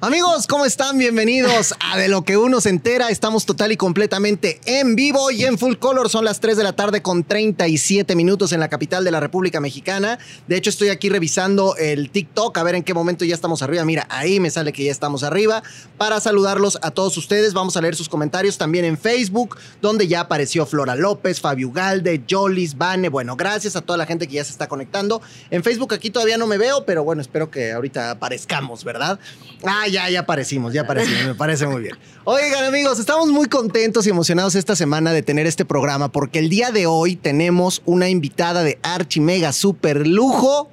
Amigos, ¿cómo están? Bienvenidos a De lo que uno se entera. Estamos total y completamente en vivo y en full color. Son las 3 de la tarde con 37 minutos en la capital de la República Mexicana. De hecho, estoy aquí revisando el TikTok a ver en qué momento ya estamos arriba. Mira, ahí me sale que ya estamos arriba. Para saludarlos a todos ustedes, vamos a leer sus comentarios también en Facebook, donde ya apareció Flora López, Fabio Galde, Jolis, Vane. Bueno, gracias a toda la gente que ya se está conectando. En Facebook aquí todavía no me veo, pero bueno, espero que ahorita aparezcamos, ¿verdad? Ah, ya, ya aparecimos, ya aparecimos, me parece muy bien. Oigan amigos, estamos muy contentos y emocionados esta semana de tener este programa porque el día de hoy tenemos una invitada de archi mega super lujo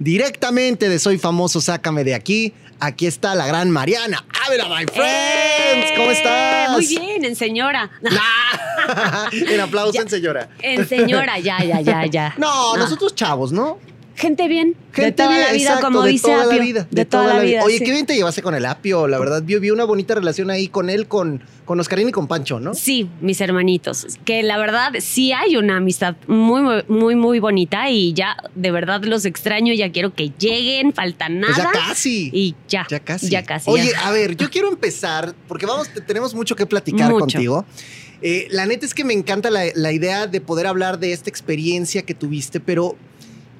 directamente de Soy Famoso, Sácame de Aquí. Aquí está la gran Mariana Ávila, my friends. ¡Eh! ¿Cómo estás? Muy bien, en señora. Ah, en aplauso, Ya. en señora. En señora, ya, ya, ya, ya. No, No. nosotros chavos, ¿no? Gente bien. de toda bien, la vida, exacto, como de dice toda la Apio. vida, de, toda, la vida. Oye, sí. qué bien te llevaste con el Apio, la verdad. Vi, vi una bonita relación ahí con él, con, con Oscarín y con Pancho, ¿no? Sí, mis hermanitos. Que la verdad sí hay una amistad muy, muy, muy, muy bonita y ya de verdad los extraño. Ya quiero que lleguen, falta nada. Pues ya casi. Y ya. Ya casi. Ya casi. Oye, ya. a ver, yo quiero empezar porque vamos, te- tenemos mucho que platicar Mucho. contigo. Eh, la neta es que me encanta la, la idea de poder hablar de esta experiencia que tuviste, pero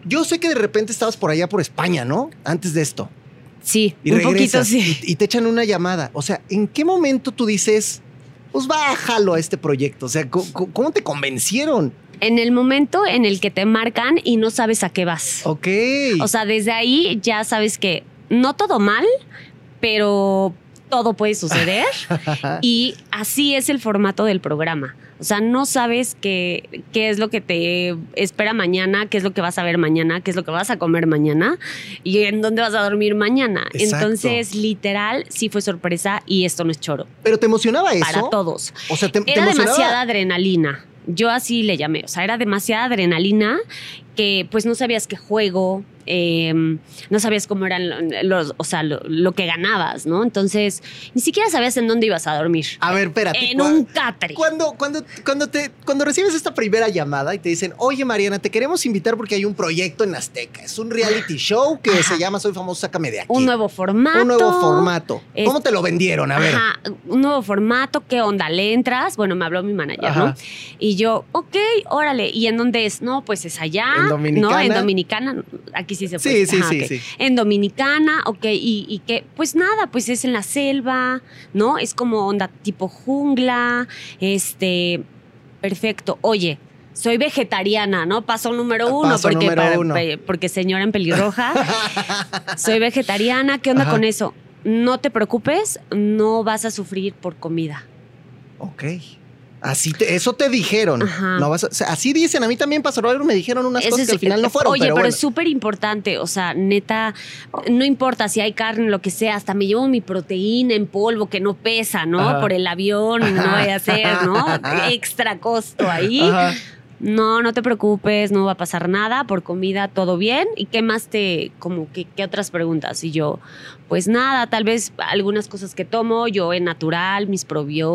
yo sé que de repente estabas por allá por España, ¿no? Antes de esto. sí, Y un poquito regresas sí. y te echan una llamada. O sea, ¿en qué momento tú dices, pues bájalo a este proyecto? O sea, co- co- ¿cómo, te convencieron? En el momento en el que te marcan y no sabes a qué vas. Ok. O sea, desde ahí ya sabes que no todo mal, pero todo puede suceder. y así es el formato del programa. O sea, no sabes qué, qué es lo que te espera mañana, qué es lo que vas a ver mañana, qué es lo que vas a comer mañana y en dónde vas a dormir mañana. Exacto. Entonces, literal, sí fue sorpresa y esto no es choro. Pero te emocionaba eso. Para todos. O sea, te, te Era emocionaba. demasiada adrenalina. Yo así le llamé. O sea, era demasiada adrenalina que pues no sabías qué juego, eh, no sabías cómo eran lo- los, o sea, lo, lo que ganabas, ¿no? Entonces, ni siquiera sabías en dónde ibas a dormir. A ver, espérate. En ¿cuál- un catre. Cuando, cuando, cuando, te, cuando recibes esta primera llamada y te dicen, oye Mariana, te queremos invitar porque hay un proyecto en Azteca. Es un reality show que se llama Soy Famoso, Sácame de aquí. Un nuevo formato. Un nuevo formato. Es- ¿Cómo te lo vendieron? A ver. Ajá, un nuevo formato, ¿qué onda? ¿Le entras? Bueno, me habló mi manager, Ajá. ¿no? Y yo, ok, órale. ¿Y en dónde es? No, pues es allá. En No, Dominicana. en Dominicana. Aquí sí se Sí, puede. sí, pues, Ajá, sí, ok. sí. En Dominicana, ok, y, y que, pues nada, pues es en la selva, ¿no? Es como onda tipo jungla, este, perfecto. Oye, soy vegetariana, ¿no? Paso número uno, Paso porque, número uno. pe- porque señora en pelirroja, soy vegetariana, ¿qué onda Ajá. con eso? No te preocupes, no vas a sufrir por comida. Ok. Así te- eso te dijeron. Ajá. No vas a- o sea, así dicen. A mí también pasó algo, me dijeron unas Eso cosas es- que al final no fueron. Oye, pero, pero, bueno. es súper importante. O sea, neta, no importa si hay carne, lo que sea, hasta me llevo mi proteína en polvo que no pesa, ¿no? Ajá. Por el avión, no voy a hacer, ¿no? Ajá. Extra costo ahí. Ajá. No, no te preocupes, no va a pasar nada. Por comida, todo bien. ¿Y qué más te, como, que, qué otras preguntas? Y yo, pues nada, tal vez algunas cosas que tomo, yo en natural, mis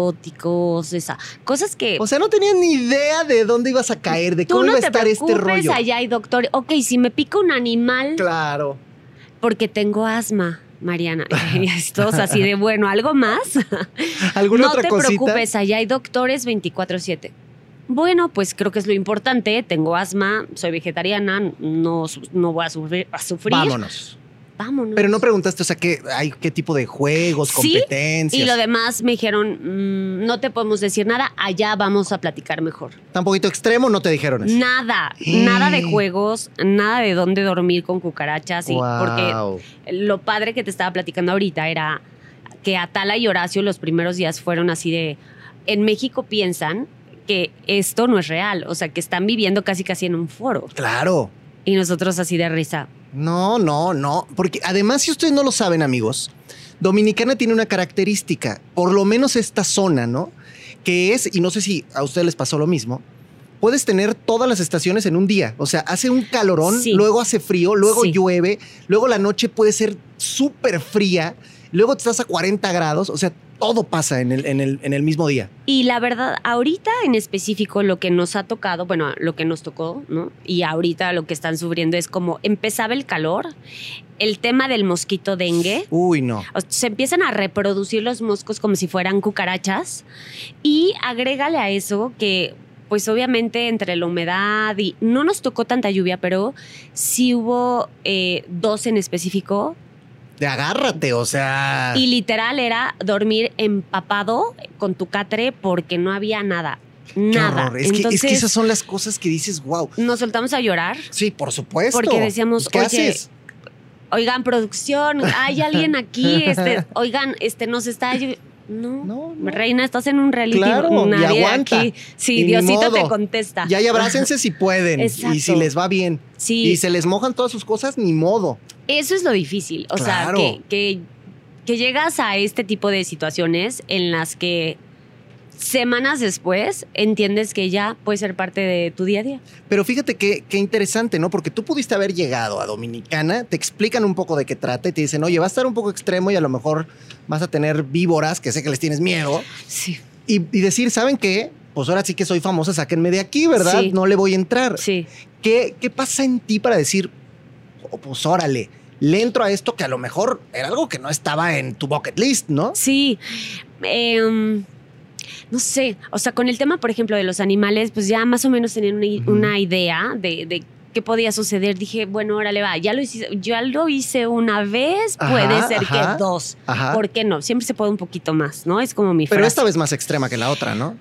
probióticos, esa, cosas que. O sea, no tenían ni idea de dónde ibas a caer, de Tú cómo no iba a te estar este preocupes, rollo. allá hay doctor. Ok, si me pica un animal, Claro. porque tengo asma, Mariana. Y todos así de, bueno, algo más. ¿Alguna No otra te cosita? preocupes, allá hay doctores 24/7. Bueno, pues creo que es lo importante. Tengo asma, soy vegetariana, no, su- no voy a sufrir. a sufrir. Vámonos. Vámonos. Pero no preguntaste, o sea, qué, hay, qué tipo de juegos, Sí, competencias. y lo demás me dijeron, "Mm, no te podemos decir nada, allá vamos a platicar mejor. Tan poquito extremo, no te dijeron eso. Nada, Eh. nada de juegos, nada de dónde dormir con cucarachas, y, porque Guau. lo padre que te estaba platicando ahorita era que Atala y Horacio los primeros días fueron así de, en México piensan que esto no es real, o sea, que están viviendo casi casi en un foro. Claro. Y nosotros así de risa. No, no, no. Porque además, si ustedes no lo saben, amigos, Dominicana tiene una característica, por lo menos esta zona, ¿no? Que es, y no sé si a ustedes les pasó lo mismo, puedes tener todas las estaciones en un día. O sea, hace un calorón, Sí. luego hace frío, luego Sí. llueve, luego la noche puede ser súper fría, luego te estás a 40 grados. O sea, todo pasa en el, en el, en el mismo día. Y la verdad, ahorita en específico lo que nos ha tocado, bueno, lo que nos tocó, ¿no? Y ahorita lo que están sufriendo es como empezaba el calor, el tema del mosquito dengue. Uy, no. O sea, Se empiezan a reproducir los moscos como si fueran cucarachas. Y agrégale a eso que, pues obviamente entre la humedad y no nos tocó tanta lluvia, pero sí hubo eh, dos en específico Te agárrate, o sea. y literal era dormir empapado con tu catre porque no había nada. qué Nada. horror. Es, que- es que, Entonces esas son las cosas que dices, wow. nos soltamos a llorar Sí, por supuesto. porque decíamos, ¿qué oye, haces? oigan, producción, hay alguien aquí, este, oigan, este nos está ayu- No, No, no. reina, estás en un reality. Claro, y nadie aguanta. aquí. Y Sí, ni Diosito modo. te contesta. Ya y abrácense si pueden. Exacto. Y si les va bien. Sí, Y se les mojan todas sus cosas, ni modo. eso es lo difícil. O Claro. sea, que, que, que llegas a este tipo de situaciones en las que semanas después entiendes que ya puede ser parte de tu día a día. Pero fíjate qué, qué interesante, ¿no? Porque tú pudiste haber llegado a Dominicana, te explican un poco de qué trata y te dicen, oye, va a estar un poco extremo y a lo mejor vas a tener víboras, que sé que les tienes miedo, Sí, y, y decir, ¿saben qué? Pues ahora sí que soy famosa, sáquenme de aquí, ¿verdad? Sí. No le voy a entrar. sí. ¿Qué, ¿Qué pasa en ti para decir, "Oh, pues órale, le entro a esto que a lo mejor era algo que no estaba en tu bucket list, ¿no? Sí. em, no sé. O sea, con el tema, por ejemplo, de los animales, pues ya más o menos tenían una, i- Ujú. una idea de, de qué podía suceder. Dije, bueno, órale, va, ya lo hice, ya lo hice una vez, Ajá, puede ser ajá. que dos. Ajá. ¿Por qué no? Siempre se puede un poquito más, ¿no? Es como mi Pero frase. esta vez más extrema que la otra, ¿no?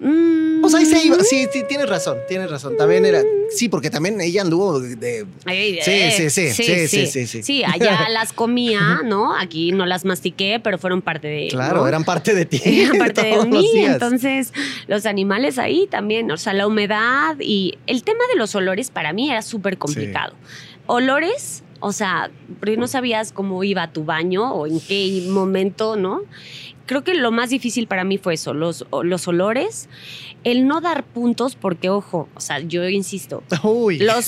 Mm, Pues ahí se iba. Sí, sí, tienes razón, tienes razón. También era. Sí, porque también ella anduvo de- de ay, Sí, eh, sí, sí, sí, sí, sí, sí. Sí, allá las comía, ¿no? Aquí no las mastiqué, pero fueron parte de. Claro, ¿no? eran parte de ti. Eran parte de todos los mí. días. Entonces, los animales ahí también, o sea, la humedad y el tema de los olores para mí era súper complicado. Olores, o sea, porque no sabías cómo iba tu baño o en qué momento, ¿no? Creo que lo más difícil para mí fue eso, los, o- los olores, el no dar puntos, porque ojo, o sea, yo insisto, Uy. los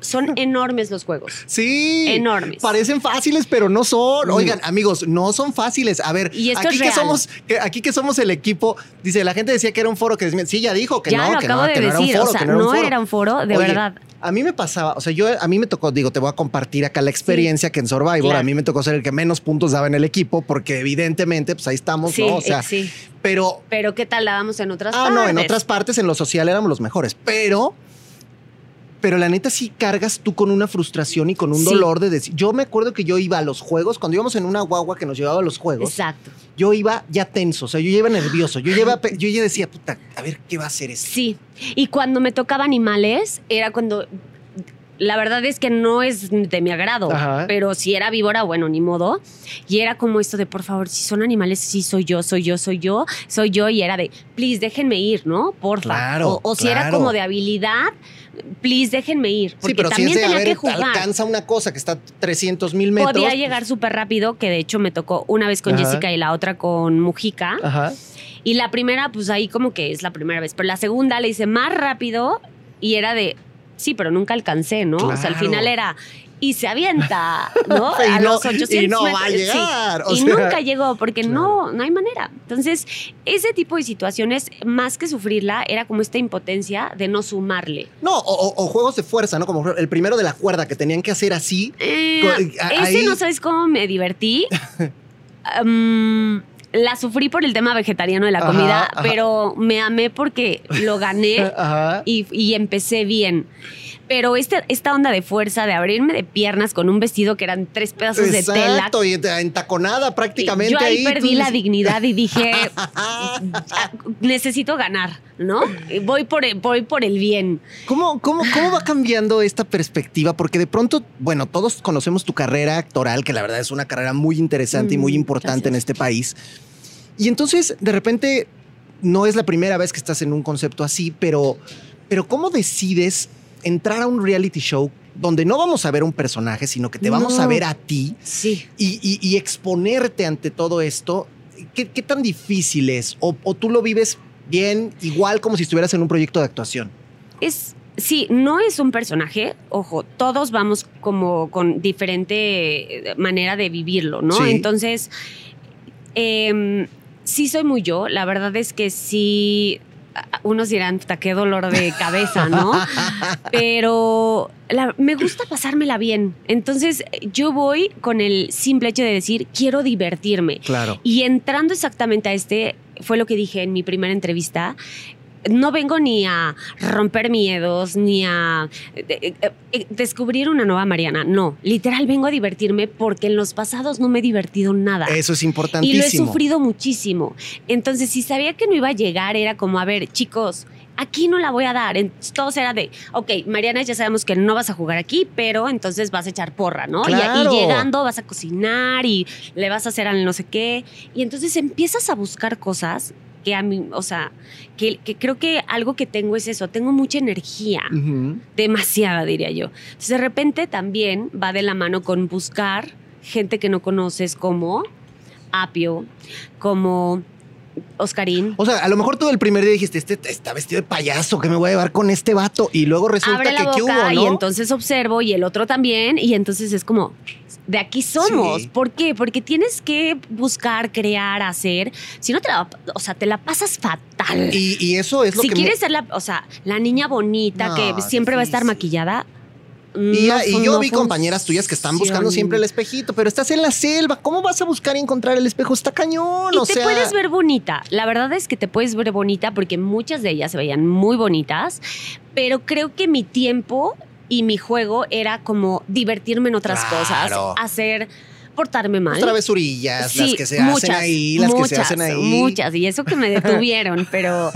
son enormes los juegos, sí. enormes. Parecen fáciles, pero no son. Oigan, amigos, no son fáciles. A ver, Mm. Y esto aquí es que real. somos, que- aquí que somos el equipo, dice, la gente decía que era un foro que desmi- sí, ya dijo que ya no, lo que acabo no, de que no era un decir, foro, o sea, que no era un foro. un foro, de Oye, verdad. A mí me pasaba, o sea, yo a mí me tocó, digo, te voy a compartir acá la experiencia que en Survivor Claro. a mí me tocó ser el que menos puntos daba en el equipo, porque evidentemente, pues ahí estamos, Sí, ¿no? O sea, eh, sí. pero Pero ¿qué tal dábamos en otras Ah, partes? no, en otras partes, en lo social éramos los mejores, pero... Pero la neta sí cargas tú con una frustración y con un Sí. dolor de decir... Yo me acuerdo que yo iba a los juegos, cuando íbamos en una guagua que nos llevaba a los juegos, Exacto. yo iba ya tenso, o sea, yo ya iba nervioso, yo ya, iba pe- yo ya decía, puta, a ver, ¿qué va a hacer este?" esto? Sí. Y cuando me tocaba animales, era cuando. La verdad es que no es de mi agrado, Ajá. pero si era víbora, bueno, ni modo. Y era como esto de, por favor, si son animales, sí, soy yo, soy yo, soy yo, soy yo. Y era de, please, déjenme ir, ¿no? Porfa. Claro, o, o si era claro. como de habilidad, please, déjenme ir. Porque sí, pero si también es de, a tenía ver, que jugar. alcanza una cosa que está a 300 mil metros. Podía llegar súper rápido, que de hecho me tocó una vez con Ajá. Jessica y la otra con Mujica. Ajá. Y la primera, pues ahí como que es la primera vez. Pero la segunda le hice más rápido y era de, sí, pero nunca alcancé, ¿no? O sea, al Claro. final era, y se avienta, ¿no? Y a no, los 800 y no va a metros, sí. llegar. o Y sea, nunca llegó porque claro. no, no hay manera. Entonces, ese tipo de situaciones, más que sufrirla, era como esta impotencia de no sumarle. No, o, o- o juegos de fuerza, ¿no? Como el primero de la cuerda que tenían que hacer así Eh, Co- a- ese ahí- no sabes cómo me divertí. Um, la sufrí por el tema vegetariano de la Ajá, comida, ajá. pero me amé porque lo gané eh, Ajá. y, y empecé bien. Pero este, esta onda de fuerza, de abrirme de piernas con un vestido que eran tres pedazos de tela. Exacto, y ent- entaconada prácticamente. yo ahí, ahí perdí tú la dices, dignidad y dije, "Ah, necesito ganar, ¿no? Voy por, el- voy por el bien. ¿Cómo, cómo, ¿Cómo va cambiando esta perspectiva? Porque de pronto, bueno, todos conocemos tu carrera actoral, que la verdad es una carrera muy interesante y muy Mm, importante en gracias. este país. Y entonces, de repente, no es la primera vez que estás en un concepto así, pero, pero ¿cómo decides entrar a un reality show donde no vamos a ver un personaje, sino que te vamos a No. ver a ti? Sí. y, y- y exponerte ante todo esto, ¿qué, qué tan difícil es? O, o tú lo vives bien, igual como si estuvieras en un proyecto de actuación? Es, sí, no es un personaje, ojo, todos vamos como con diferente eh, manera de vivirlo, ¿no? Sí. Entonces, Em, sí soy muy yo, la verdad es que sí, a- unos dirán, "Puta, qué dolor de cabeza, ¿no? Pero la- me gusta pasármela bien. Entonces yo voy con el simple hecho de decir, quiero divertirme. Claro. Y entrando exactamente a este, fue lo que dije en mi primera entrevista. No vengo ni a romper miedos, ni a eh, eh, eh, descubrir una nueva Mariana. No, literal vengo a divertirme porque en los pasados no me he divertido nada. Eso es Y lo he importantísimo. sufrido muchísimo. Entonces, si sabía que no iba a llegar, era como, a ver, chicos, aquí no la voy a dar. Entonces, todo será de, ok, Mariana, ya sabemos que no vas a jugar aquí, pero entonces vas a echar porra, ¿no? Y- Claro. Y, llegando vas a cocinar y le vas a hacer al no sé qué. Y entonces empiezas a buscar cosas que a mí, o sea, que, que creo que algo que tengo es eso, tengo mucha energía Ujú. demasiada, diría yo. Entonces, de repente también va de la mano con buscar gente que no conoces como Apio, como Oscarín. O sea, a lo mejor tú el primer día dijiste, este está vestido de payaso, que me voy a llevar con este vato. Y luego resulta Abre la que ¿qué boca hubo, y ¿no? entonces observo y el otro también y entonces es como, de aquí somos. Sí. ¿Por qué? Porque tienes que buscar, crear, hacer. Si no te la, o sea, te la pasas fatal. Y, y eso es lo si que... quieres ser la, o sea, la niña bonita No, que siempre va a estar difícil. maquillada. me- Y, no y fun- yo no vi compañeras tuyas que están buscando siempre funciona. el espejito, pero estás en la selva. ¿Cómo vas a buscar y encontrar el espejo? Está cañón, Y o te sea... puedes ver bonita. La verdad es que te puedes ver bonita porque muchas de ellas se veían muy bonitas, pero creo que mi tiempo y mi juego era como divertirme en otras Claro. cosas, hacer portarme mal. Las travesurillas, las Sí, que se hacen ahí, las que se hacen ahí. Muchas, y eso que me detuvieron, pero,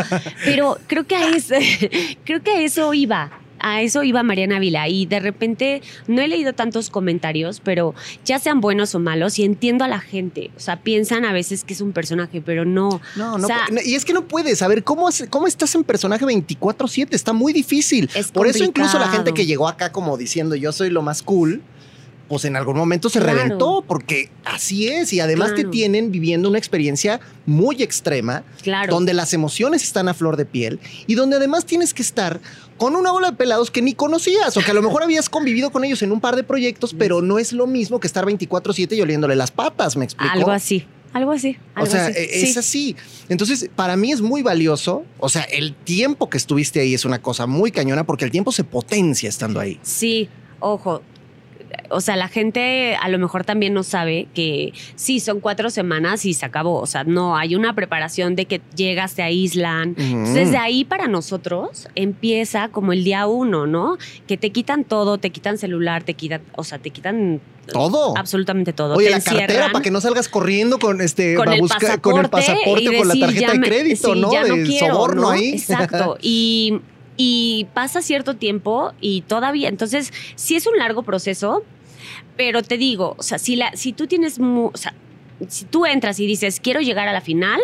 pero creo que a eso, creo que a eso iba. A eso iba Mariana Vila y de repente no he leído tantos comentarios, pero ya sean buenos o malos y entiendo a la gente, o sea, piensan a veces que es un personaje, pero no. No, no, O sea- pu- y es que no puedes. A ver, ¿cómo, es- cómo estás en personaje 24-7? Está muy difícil. Es Por eso incluso la complicado. gente que llegó acá como diciendo yo soy lo más cool, pues en algún momento se Claro. reventó porque así es. Y además te Claro. tienen viviendo una experiencia muy extrema Claro. donde las emociones están a flor de piel y donde además tienes que estar con una ola de pelados que ni conocías o que a lo mejor habías convivido con ellos en un par de proyectos, pero no es lo mismo que estar 24/7 y oliéndole las patas, me explico. Algo así. Algo así. O algo sea, así. e- Sí. es así. Entonces, para mí es muy valioso. O sea, el tiempo que estuviste ahí es una cosa muy cañona porque el tiempo se potencia estando ahí. Sí, ojo. O sea, la gente a lo mejor también no sabe que sí, son cuatro semanas y se acabó. O sea, no, hay una preparación de que llegas, te aíslan. Entonces, Ujú. desde ahí para nosotros empieza como el día uno, ¿no? Que te quitan todo, te quitan celular, te quitan, o sea, te quitan Todo. absolutamente todo. Oh. Oye, te la cartera encierran para que no salgas corriendo con este con a el, buscar- pasaporte con el pasaporte y o con la decir, tarjeta ya de me- crédito, sí, ¿no? ya de quiero, soborno ¿no? ahí. Exacto. Y, y pasa cierto tiempo y todavía. Entonces, sí es un largo proceso, pero te digo, o sea, si, la, si tú tienes. mu- o sea, si tú entras y dices, quiero llegar a la final,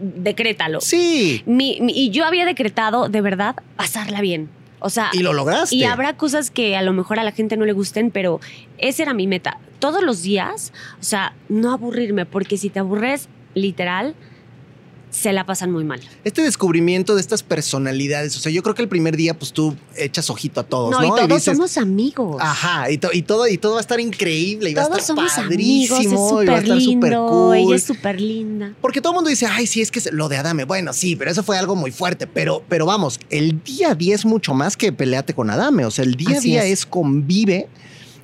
decrétalo. Sí. Mi- mi- y yo había decretado, de verdad, pasarla bien. O sea, Y lo lograste. Ah, y habrá cosas que a lo mejor a la gente no le gusten, pero esa era mi meta. Todos los días, o sea, no aburrirme, porque si te aburres, literal, se la pasan muy mal. Este descubrimiento de estas personalidades. O sea, yo creo que el primer día, pues tú echas ojito a todos, ¿no? no, y todos dices, somos amigos. Ajá, y, to- y todo, y todo va a estar increíble, y va a todos estar somos padrísimo, amigos, es y va a súper estar súper lindo, cool. ella es súper linda. Porque todo el mundo dice, ay, sí, es que es lo de Adame. Bueno, sí, pero eso fue algo muy fuerte. Pero, pero vamos, el día a día es mucho más que peleate con Adame. O sea, el día a Así día es. es. convive,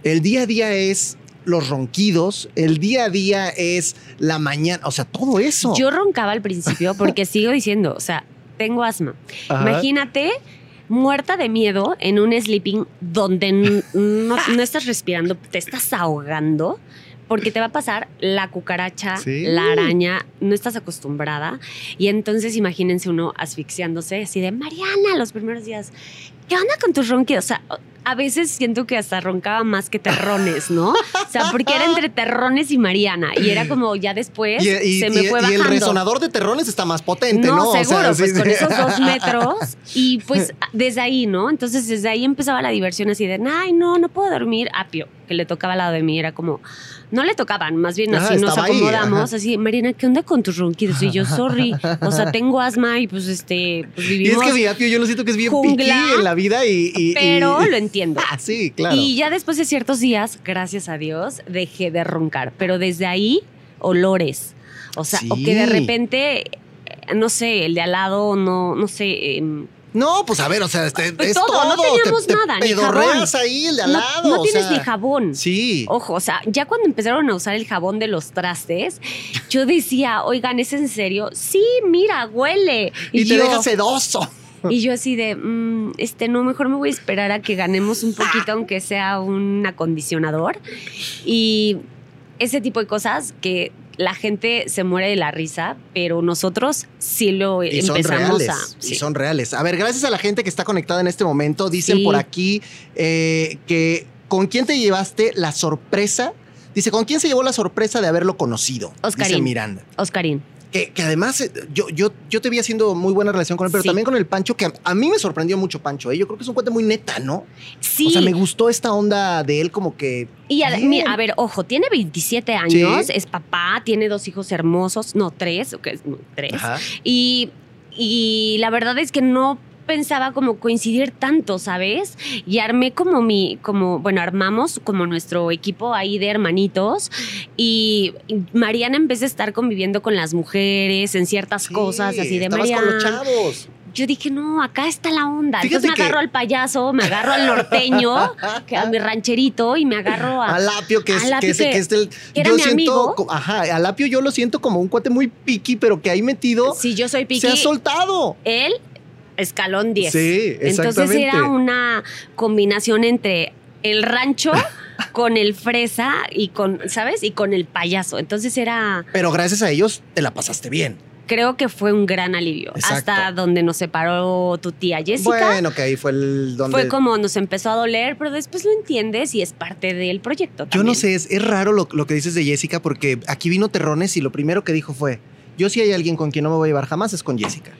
el día a día es los ronquidos, el día a día es la mañana. O sea, todo eso. Yo roncaba al principio porque sigo diciendo, o sea, tengo asma. Ajá. Imagínate muerta de miedo en un sleeping donde n- no, no estás respirando, te estás ahogando, porque te va a pasar la cucaracha, Sí. la araña, no estás acostumbrada. Y entonces imagínense uno asfixiándose así de, Mariana, los primeros días, ¿qué onda con tus ronquidos? O sea, a veces siento que hasta roncaba más que terrones, ¿no? O sea, porque era entre terrones y Mariana. Y era como ya después Y, y- se me y- fue y el bajando. resonador de terrones está más potente, ¿no? No, O sea, seguro, sí, pues sí. con esos dos metros. Y pues desde ahí, ¿no? Entonces desde ahí empezaba la diversión así de, ay, no, no puedo dormir. Apio, que le tocaba al lado de mí, era como, no le tocaban, más bien Ajá, así nos estaba ahí, acomodamos, así, Mariana, ¿qué onda con tus ronquidos? Y yo, sorry, o sea, tengo asma y pues este, pues Y es vivimos. que mi apio, yo lo siento que es bien jungla, piquí en la vida y. y- y- pero lo entiendo. Ah, sí, claro. Y ya después de ciertos días, gracias a Dios, dejé de roncar. Pero desde ahí olores. O sea, o que de Sí. repente, eh, no sé, el de al lado, no, no sé. em, No, pues a ver, o sea, este- Pues es todo. todo, no teníamos te, nada, Te ni pedorreas jabón. ahí el de al no, lado. no o tienes sea, ni jabón. Oh, Sí. Ojo, o sea, ya cuando empezaron a usar el jabón de los trastes, yo decía, oigan, ¿es en serio? Sí, mira, huele. y te yo, deja sedoso. y yo así de, "Mm, este, no, mejor me voy a esperar a que ganemos un poquito, aunque sea un acondicionador. Y ese tipo de cosas que la gente se muere de la risa, pero nosotros sí lo Y son Eh, empezamos reales. a... Y sí. son reales. A ver, gracias a la gente que está conectada en este momento. Dicen Sí. por aquí eh, que con quién te llevaste la sorpresa. Dice, ¿con quién se llevó la sorpresa de haberlo conocido? Dice Oscarín. Miranda. Oscarín. Que, que además eh, yo, yo, yo te vi haciendo muy buena relación con él, pero Sí. también con el Pancho, que a, a mí me sorprendió mucho Pancho. ¿eh? Yo creo que es un cuate muy neta, ¿no? Sí. O sea, me gustó esta onda de él como que... Y a, Bien. mira, a ver, ojo, tiene 27 años, Sí. es papá, tiene dos hijos hermosos, no, tres, ok, no, tres. Ajá. Y, y la verdad es que no pensaba como coincidir tanto, ¿sabes? Y armé como mi, como, bueno, armamos como nuestro equipo ahí de hermanitos y Mariana en vez de estar conviviendo con las mujeres en ciertas Sí, cosas así de estabas Mariana, con los chavos. yo dije, no, acá está la onda. Fíjate Entonces me que- agarro al payaso, me agarro al norteño, que- a mi rancherito y me agarro a... Al Apio, que es, Al Apio que es- que que- es el. era yo mi siento. amigo. co- Ajá, al Apio yo lo siento como un cuate muy piqui, pero que ahí metido Si yo soy piqui, se ha soltado. él, escalón 10. Sí, Entonces exactamente. era una combinación entre el rancho con el fresa y con, ¿sabes? Y con el payaso. Entonces era, Pero gracias a ellos te la pasaste bien. creo que fue un gran alivio. Exacto. Hasta donde nos separó tu tía Jessica. Bueno, que ahí fue el donde. Fue como nos empezó a doler, pero después lo entiendes y es parte del proyecto. yo también. no sé, es, es raro lo, lo que dices de Jessica, porque aquí vino Terrones y lo primero que dijo fue: Yo si hay alguien con quien no me voy a llevar jamás es con Jessica.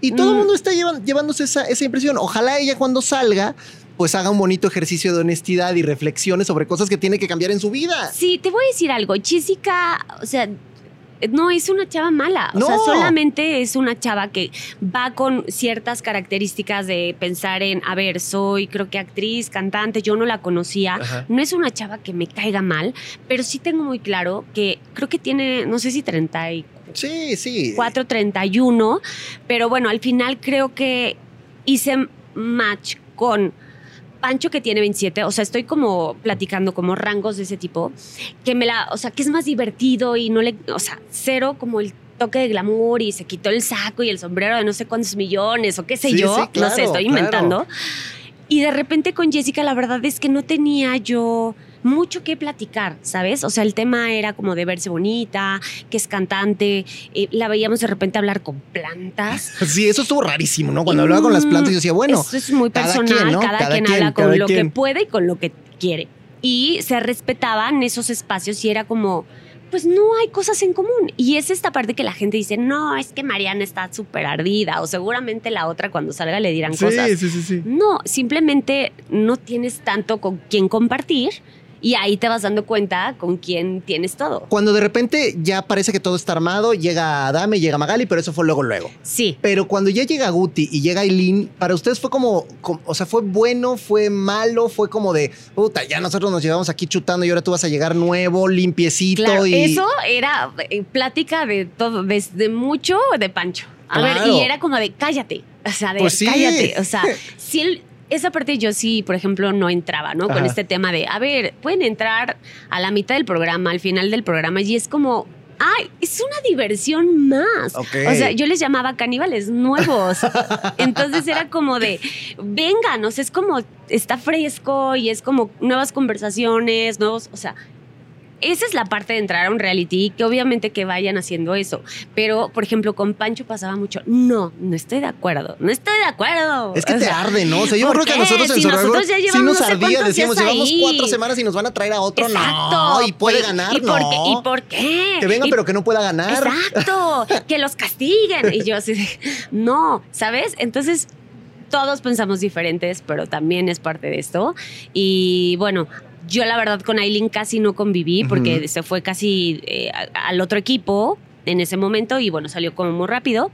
Y todo el Mm. mundo está llevan- llevándose esa, esa impresión. Ojalá ella cuando salga, pues haga un bonito ejercicio de honestidad y reflexiones sobre cosas que tiene que cambiar en su vida. Sí, te voy a decir algo. Jessica, o sea, no es una chava mala. O sea, No. solamente es una chava que va con ciertas características de pensar en, a ver, soy creo que actriz, cantante, yo no la conocía. Ajá. No es una chava que me caiga mal, pero sí tengo muy claro que creo que tiene, no sé si 34, Sí, sí. 31, pero bueno, al final creo que hice match con Pancho que tiene 27, o sea, estoy como platicando como rangos de ese tipo, que me la, o sea, que es más divertido y no le, o sea, cero como el toque de glamour y se quitó el saco y el sombrero de no sé cuántos millones o qué sé Sí, yo, sí, claro, no sé, estoy claro. inventando. Y de repente con Jessica la verdad es que no tenía yo mucho que platicar, ¿sabes? O sea, el tema era como de verse bonita, que es cantante, eh, la veíamos de repente hablar con plantas, Sí, eso estuvo rarísimo, ¿no? Cuando hablaba con las plantas, yo decía, bueno, Esto es muy cada personal, cada quien, quien, ¿no? Cada quien, habla cada con lo quien. que puede y con lo que quiere. Y se respetaban esos espacios y era como, pues no hay cosas en común. Y es esta parte que la gente dice, no, es que Mariana está súper ardida o seguramente la otra cuando salga le dirán cosas. sí, sí, sí. No, simplemente no tienes tanto con quién compartir y ahí te vas dando cuenta con quién tienes todo. Cuando de repente ya parece que todo está armado, llega Adame, llega Magali, pero eso fue luego, luego. Sí. Pero cuando ya llega Guti y llega Aileen, para ustedes fue como, como- o sea, fue bueno, fue malo, fue como de, puta, ya nosotros nos llevamos aquí chutando y ahora tú vas a llegar nuevo, limpiecito Claro, y... eso era eh, plática de todo, desde mucho de Pancho. A Claro. ver, y era como de cállate, o sea, de Pues sí. cállate, o sea, si él- esa parte yo sí, por ejemplo, no entraba, ¿no? Con Ajá. este tema de, a ver, pueden entrar a la mitad del programa, al final del programa, y es como, ay, es una diversión más. Ok. O sea, yo les llamaba caníbales nuevos. Entonces era como de, vengan, o sea, es como, está fresco y es como nuevas conversaciones, nuevos, o sea, esa es la parte de entrar a un reality, que obviamente que vayan haciendo eso. Pero, por ejemplo, con Pancho pasaba mucho, no, no estoy de acuerdo, no estoy de acuerdo. Es que O te sea, arde, ¿no? O sea, yo ¿por creo que a qué? nosotros en Si Survivor nosotros ya sí llevamos nos no sé ardía, cuántos decíamos, días llevamos ahí". cuatro semanas y nos van a traer a otro, Exacto. no, y puede Pues, ganar, ¿y por no. qué- ¿Y por qué? Que venga, Y- pero que no pueda ganar. Exacto, que los castiguen. Y yo así de, no, ¿sabes? Entonces, todos pensamos diferentes, pero también es parte de esto. Y bueno, yo la verdad con Aileen casi no conviví porque Ujú. se fue casi eh, a- al otro equipo en ese momento y bueno, salió como muy rápido.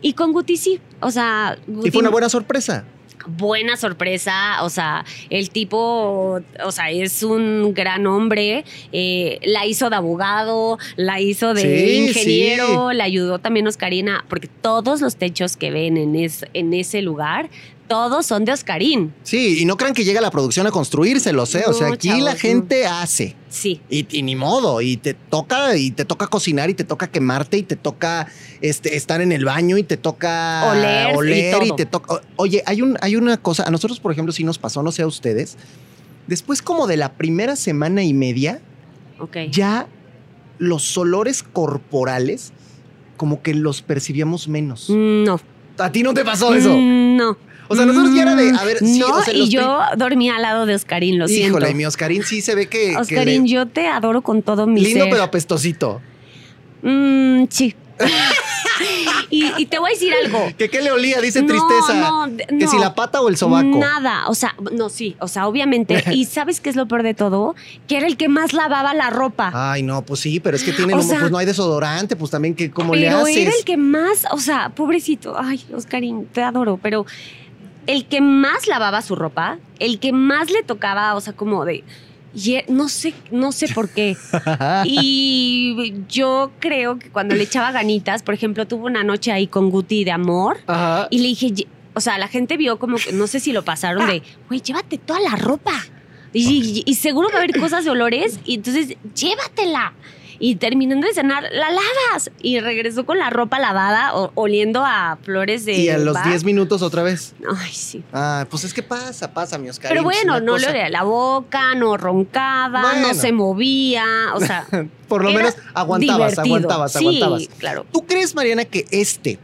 Y con Guti sí, o sea, Y Guti fue una buena sorpresa. buena sorpresa, o sea, el tipo, o sea, es un gran hombre, eh, la hizo de abogado, la hizo de Sí, ingeniero, la ayudó también Oscarina, porque todos los techos que ven en, es- en ese lugar, todos son de Oscarín, Sí, y no crean que llega la producción a construírselos, ¿eh? o sea, No, aquí chavos, la no. gente hace. sí. Y, y ni modo, y te toca, y te toca cocinar, y te toca quemarte, y te toca este, estar en el baño, y te toca Oler y todo. te toca. o- Oye, hay un, hay una cosa, a nosotros, por ejemplo, sí nos pasó, no sé a ustedes. Después, como de la primera semana y media, Ok. ya los olores corporales, como que los percibíamos menos. No. ¿A ti no te pasó eso? Mm, No. O sea, nosotros ya era de, a ver, no, sí, o sea, y los yo dormí al lado de Oscarín, lo pri- siento. Híjole, mi Oscarín sí se ve que. que Oscarín, le- yo te adoro con todo mi lindo ser. pero apestosito. Mm, sí. y, y te voy a decir algo. ¿Que qué le olía? Dice No, tristeza. no, de- Que no. si la pata o el sobaco. Nada, o sea, no, sí, o sea, obviamente. y ¿sabes qué es lo peor de todo? Que era el que más lavaba la ropa. Ay, no, pues sí, pero es que tiene, un- O sea- pues no hay desodorante, pues también que cómo le pero era haces. el que más, o sea, pobrecito, ay, Oscarín, te adoro, pero el que más lavaba su ropa, el que más le tocaba, o sea, como de, y e- no sé, no sé por qué. y yo creo que cuando le echaba ganitas, por ejemplo, tuvo una noche ahí con Guti de amor Ajá. y le dije, "Ye-", o sea, la gente vio como, que- no sé si lo pasaron de, güey, llévate toda la ropa. Y, y- y seguro va a haber cosas de olores, y entonces llévatela. Y terminando de cenar, la lavas. Y regresó con la ropa lavada, o- oliendo a flores de. Y a los bar. 10 minutos otra vez. Ay, sí. Ah, pues es que pasa, pasa, mi Oscarín. Pero es bueno, una no cosa. le olía la boca, no roncaba, Bueno. no se movía. O sea, Por lo era menos aguantabas, divertido. aguantabas, Sí, aguantabas. Claro. ¿Tú crees, Mariana, que este,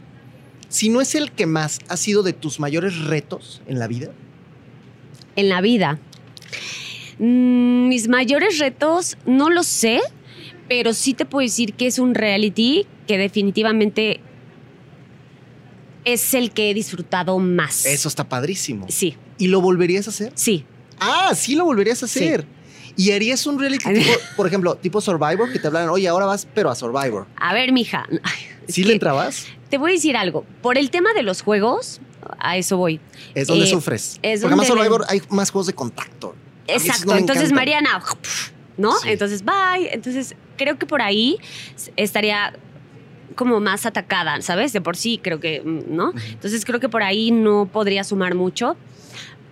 si no es el que más ha sido de tus mayores retos en la vida? en la vida? Mm, Mis mayores retos, no lo sé, pero sí te puedo decir que es un reality que definitivamente es el que he disfrutado más. Eso está padrísimo. Sí, ¿Y lo volverías a hacer? sí. Ah, sí lo volverías a hacer. Y harías un reality tipo, por ejemplo, tipo Survivor, que te hablaran, oye, ahora vas, pero a Survivor. A ver, mija, ¿Sí que- le entrabas? te voy a decir algo. Por el tema de los juegos, a eso voy. Es donde Eh, sufres. es Porque además donde le- Survivor hay más juegos de contacto. eso Exacto. me Entonces, encanta. Mariana, ¿no? Sí. Entonces, bye. Entonces, creo que por ahí estaría como más atacada, ¿sabes? De por sí, creo que, mm, ¿no? Entonces, creo que por ahí no podría sumar mucho.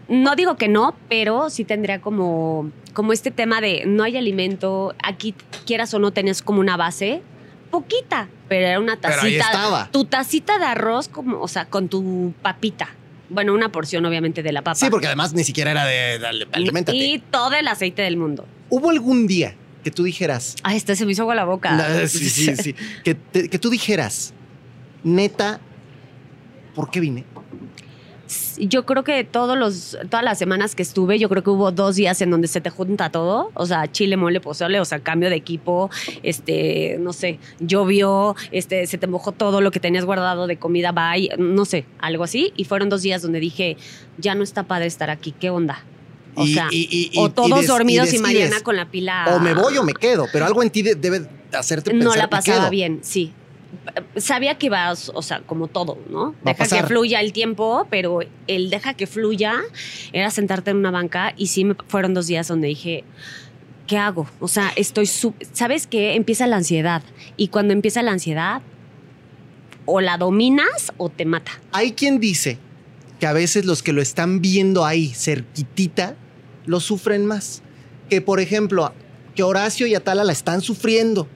No digo que no, pero sí tendría como, como este tema de no hay alimento, aquí quieras o no tenés como una base poquita, pero era una Pero ahí tacita estaba. tu tacita de arroz, como, o sea, con tu papita. Bueno, una porción obviamente de la papa. Sí, porque además ni siquiera era de, de- aliméntate. Y todo el aceite del mundo. ¿Hubo algún día que tú dijeras, Ay, este se me hizo agua la boca. No, sí, sí, sí. Que, te- que tú dijeras, neta, ¿por qué vine? Yo creo que todos los, todas las semanas que estuve, yo creo que hubo dos días en donde se te junta todo. O sea, chile, mole, pozole, o sea, cambio de equipo, este, no sé, llovió, este, se te mojó todo lo que tenías guardado de comida, bye, no sé, algo así. Y fueron dos días donde dije, ya no está padre estar aquí, ¿qué onda? O sea, y- y- o y todos des- dormidos y, decides, mañana con la pila. O me voy o me quedo, pero algo en ti de- debe hacerte pensar. No la "Me pasaba quedo". bien, sí. Sabía que vas, o sea, como todo, ¿no? Va a Deja que pasar. fluya el tiempo, pero el deja que fluya era sentarte en una banca y sí me fueron dos días donde dije, ¿qué hago? O sea, estoy... su- ¿Sabes qué? Empieza la ansiedad. Y cuando empieza la ansiedad, o la dominas o te mata. Hay quien dice que a veces los que lo están viendo ahí cerquitita lo sufren más. Que por ejemplo, que Horacio y Atala la están sufriendo,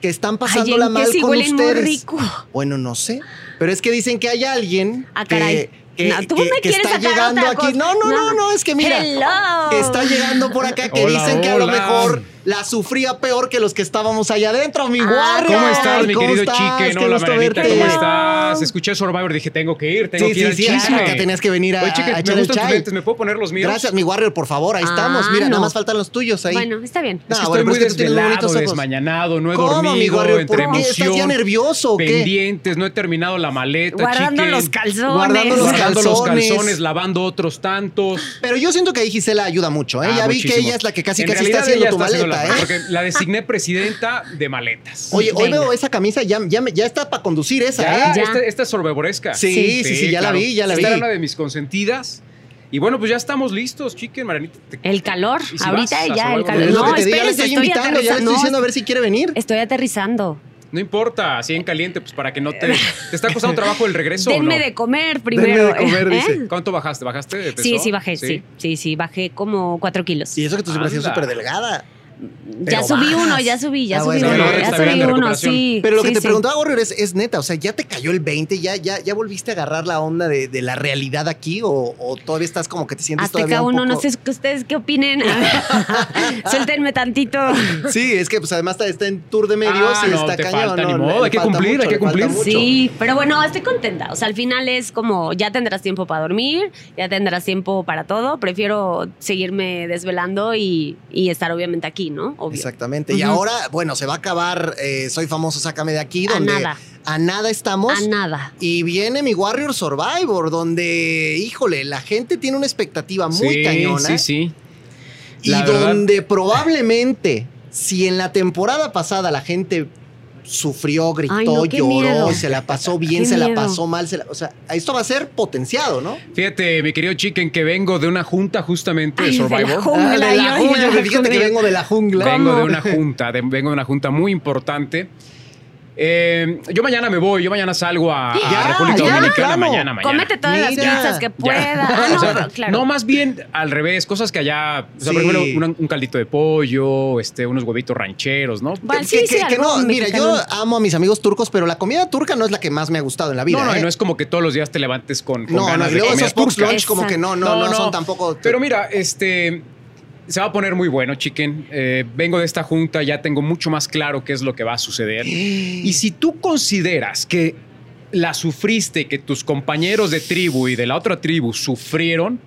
que están pasándola Ay, ¿en qué mal sí con huelen ustedes. Ah, muy rico. Bueno, no sé. Pero es que dicen que hay alguien Ah, caray. que, que, No, tú que- me que quieres está sacar llegando otra aquí. cosa. No, no, no, No. no, es que mira. Hello. Que está llegando por acá, que Hola, dicen que a lo hola. mejor la sufría peor que los que estábamos allá adentro, Ah, mi guardia. ¿Cómo Ay, estás, mi ¿Cómo querido estás? chique? No, Qué la gusto Marianita, verte. ¿cómo estás? Escuché Survivor, dije, tengo que ir, tengo Sí, que ir sí, al sí, chisme. acá tenías que venir a, Oye, chique, a me echar gustan el tus chai. lentes, ¿me puedo poner los míos? Gracias, mi warrior, por favor, ahí Ah, estamos. Mira, nada no. más faltan los tuyos ahí. Bueno, está bien. Pues No, Es que bueno, estoy pero muy es que tú tienes muy desvelado, bonitos ojos. desmañanado, no he ¿Cómo, mi dormido, warrior? entre ¿Por qué? ¿Estás ya emoción, nervioso o qué? pendientes, no he terminado la maleta, Guardando chique. los calzones. Guardando los cal- Guardando los calzones. calzones, lavando otros tantos. Pero yo siento que ahí Gisela ayuda mucho, ¿eh? Ah, ya vi que muchísimo. ella es la que casi En casi está realidad, haciendo ella tu está haciendo maleta, la- ¿eh? Porque la designé presidenta de maletas. Oye, hoy Venga. veo esa camisa, ya, ya, me- ya está para conducir esa, Ya, ¿eh? Ya. Esta, esta es sorbevoresca. Sí, sí, sí, ya la vi, ya la Esta vi. era una de mis consentidas. Y bueno, pues ya estamos listos, chiquen, Marianita. te- El calor, ¿Y si ahorita vas a ya el Survivor calor. Bowl? Es lo No, que te digo, ya le espérense, estoy estoy invitando, ya le estoy aterrizando. diciendo a ver si quiere venir. Estoy aterrizando. No importa, así en caliente, pues para que no te. ¿Te está costando trabajo el regreso? o Eh. Denme no? de comer primero. de comer, ¿eh? dice. ¿Cuánto bajaste? ¿Bajaste de peso? Sí, sí, bajé, sí. sí, sí, bajé como cuatro kilos. Y eso que tu circulación es Anda. súper delgada. ya pero subí bajas. uno, ya subí, ya Ah, subí bueno, uno, bueno, ya está subí bien, la uno, recuperación. sí. Pero lo sí, que te sí. preguntaba, Warrior, es, es neta. O sea, ¿ya te cayó el 20? ¿Ya, ya, ya volviste a agarrar la onda de, de la realidad aquí? ¿O, o todavía estás como que te sientes Azteca todavía un uno, no poco- sé que ustedes qué opinen. Suéltenme tantito. Sí, es que pues además está, está en tour de medios Ah, y no, está te cañón. falta, no, ni le- modo, le hay que falta cumplir, hay le que falta cumplir. mucho. Sí, pero bueno, estoy contenta. O sea, al final es como ya tendrás tiempo para dormir, ya tendrás tiempo para todo. Prefiero seguirme desvelando y, y estar obviamente aquí, ¿no? Obvio. Exactamente. Y Ujú. ahora, bueno, se va a acabar eh, Soy Famoso, Sácame de Aquí, A donde nada, a nada estamos. a nada. y viene mi Warrior Survivor, donde, híjole, la gente tiene una expectativa Ah, muy ¿eh? Sí, cañona. Sí, sí. Y La verdad- donde probablemente, si en la temporada pasada la gente sufrió, gritó, Ay, no, qué lloró, miedo. se la pasó bien, Qué se la miedo. pasó mal, se la- o sea, esto va a ser potenciado, ¿no? Fíjate, mi querido Chicken, que vengo de una junta justamente Ay, de de la junta. Survivor. Jungla, Ah, de la yo- yo- jungla, yo- fíjate que vengo de la jungla. Vengo de ¿Cómo? una junta, de- vengo de una junta muy importante. Eh, yo mañana me voy, yo mañana salgo a, a Ya, República ya, Dominicana, claro. mañana, mañana. Cómete todas las Mira. pizzas que pueda. Ya. Ah, O sea, no, claro. no, más bien al revés, cosas que allá, o sea, por Sí. ejemplo, un, un caldito de pollo, este, unos huevitos rancheros, ¿no? Bueno, Que- sí, que- sí, que algo no, mira, yo mexicano. amo a mis amigos turcos, pero la comida turca no es la que más me ha gustado en la vida. no, no, y ¿eh? no es como que todos los días te levantes con, con No, no, ganas y de luego comida esos box turca. lunch como que no, no, Exacto. no, No, son no. tampoco. Pero mira, este se va a poner muy bueno, chiquen. Eh, vengo de esta junta, ya tengo mucho más claro qué es lo que va a suceder. Y si tú consideras que la sufriste, que tus compañeros de tribu y de la otra tribu sufrieron,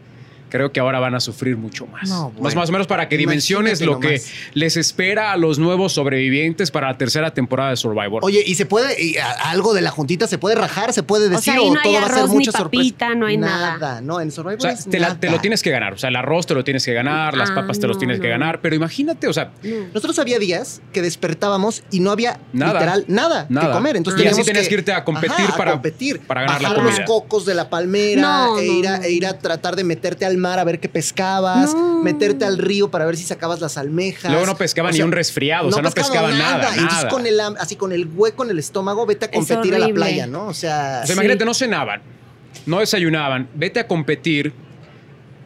creo que ahora van a sufrir mucho más. No, bueno. más, más o menos para que dimensiones lo Imagínate que nomás. les espera a los nuevos sobrevivientes para la tercera temporada de Survivor. Oye, ¿y se puede, y a- algo de la juntita se puede rajar, se puede sea, decir, ahí o no hay todo va a ser arroz ni mucha sorpresa? papita, no hay nada. No, en Survivor O sea, es te, la- pues, nada. te lo tienes que ganar. O sea, el arroz te lo tienes que ganar, las Ah, papas te los no, tienes que no. ganar. Pero imagínate, o sea, No. Nosotros había días que despertábamos y no había Nada. literal nada, que Nada. comer. Entonces Y así teníamos tenías que irte a competir Ajá, a para- competir, para ganar la bajar comida. los cocos de la palmera No, e, no, ir a, no. e ir a tratar de meterte al mar a ver qué pescabas, No. meterte al río para ver si sacabas las almejas. luego no pescaba O ni sea, un resfriado, o sea, no pescaba, nada. Y entonces nada. con el, ham- así con el hueco en el estómago, vete a competir a la horrible. playa, ¿no? O sea, O sea, Sí. imagínate, no cenaban, no desayunaban, vete a competir,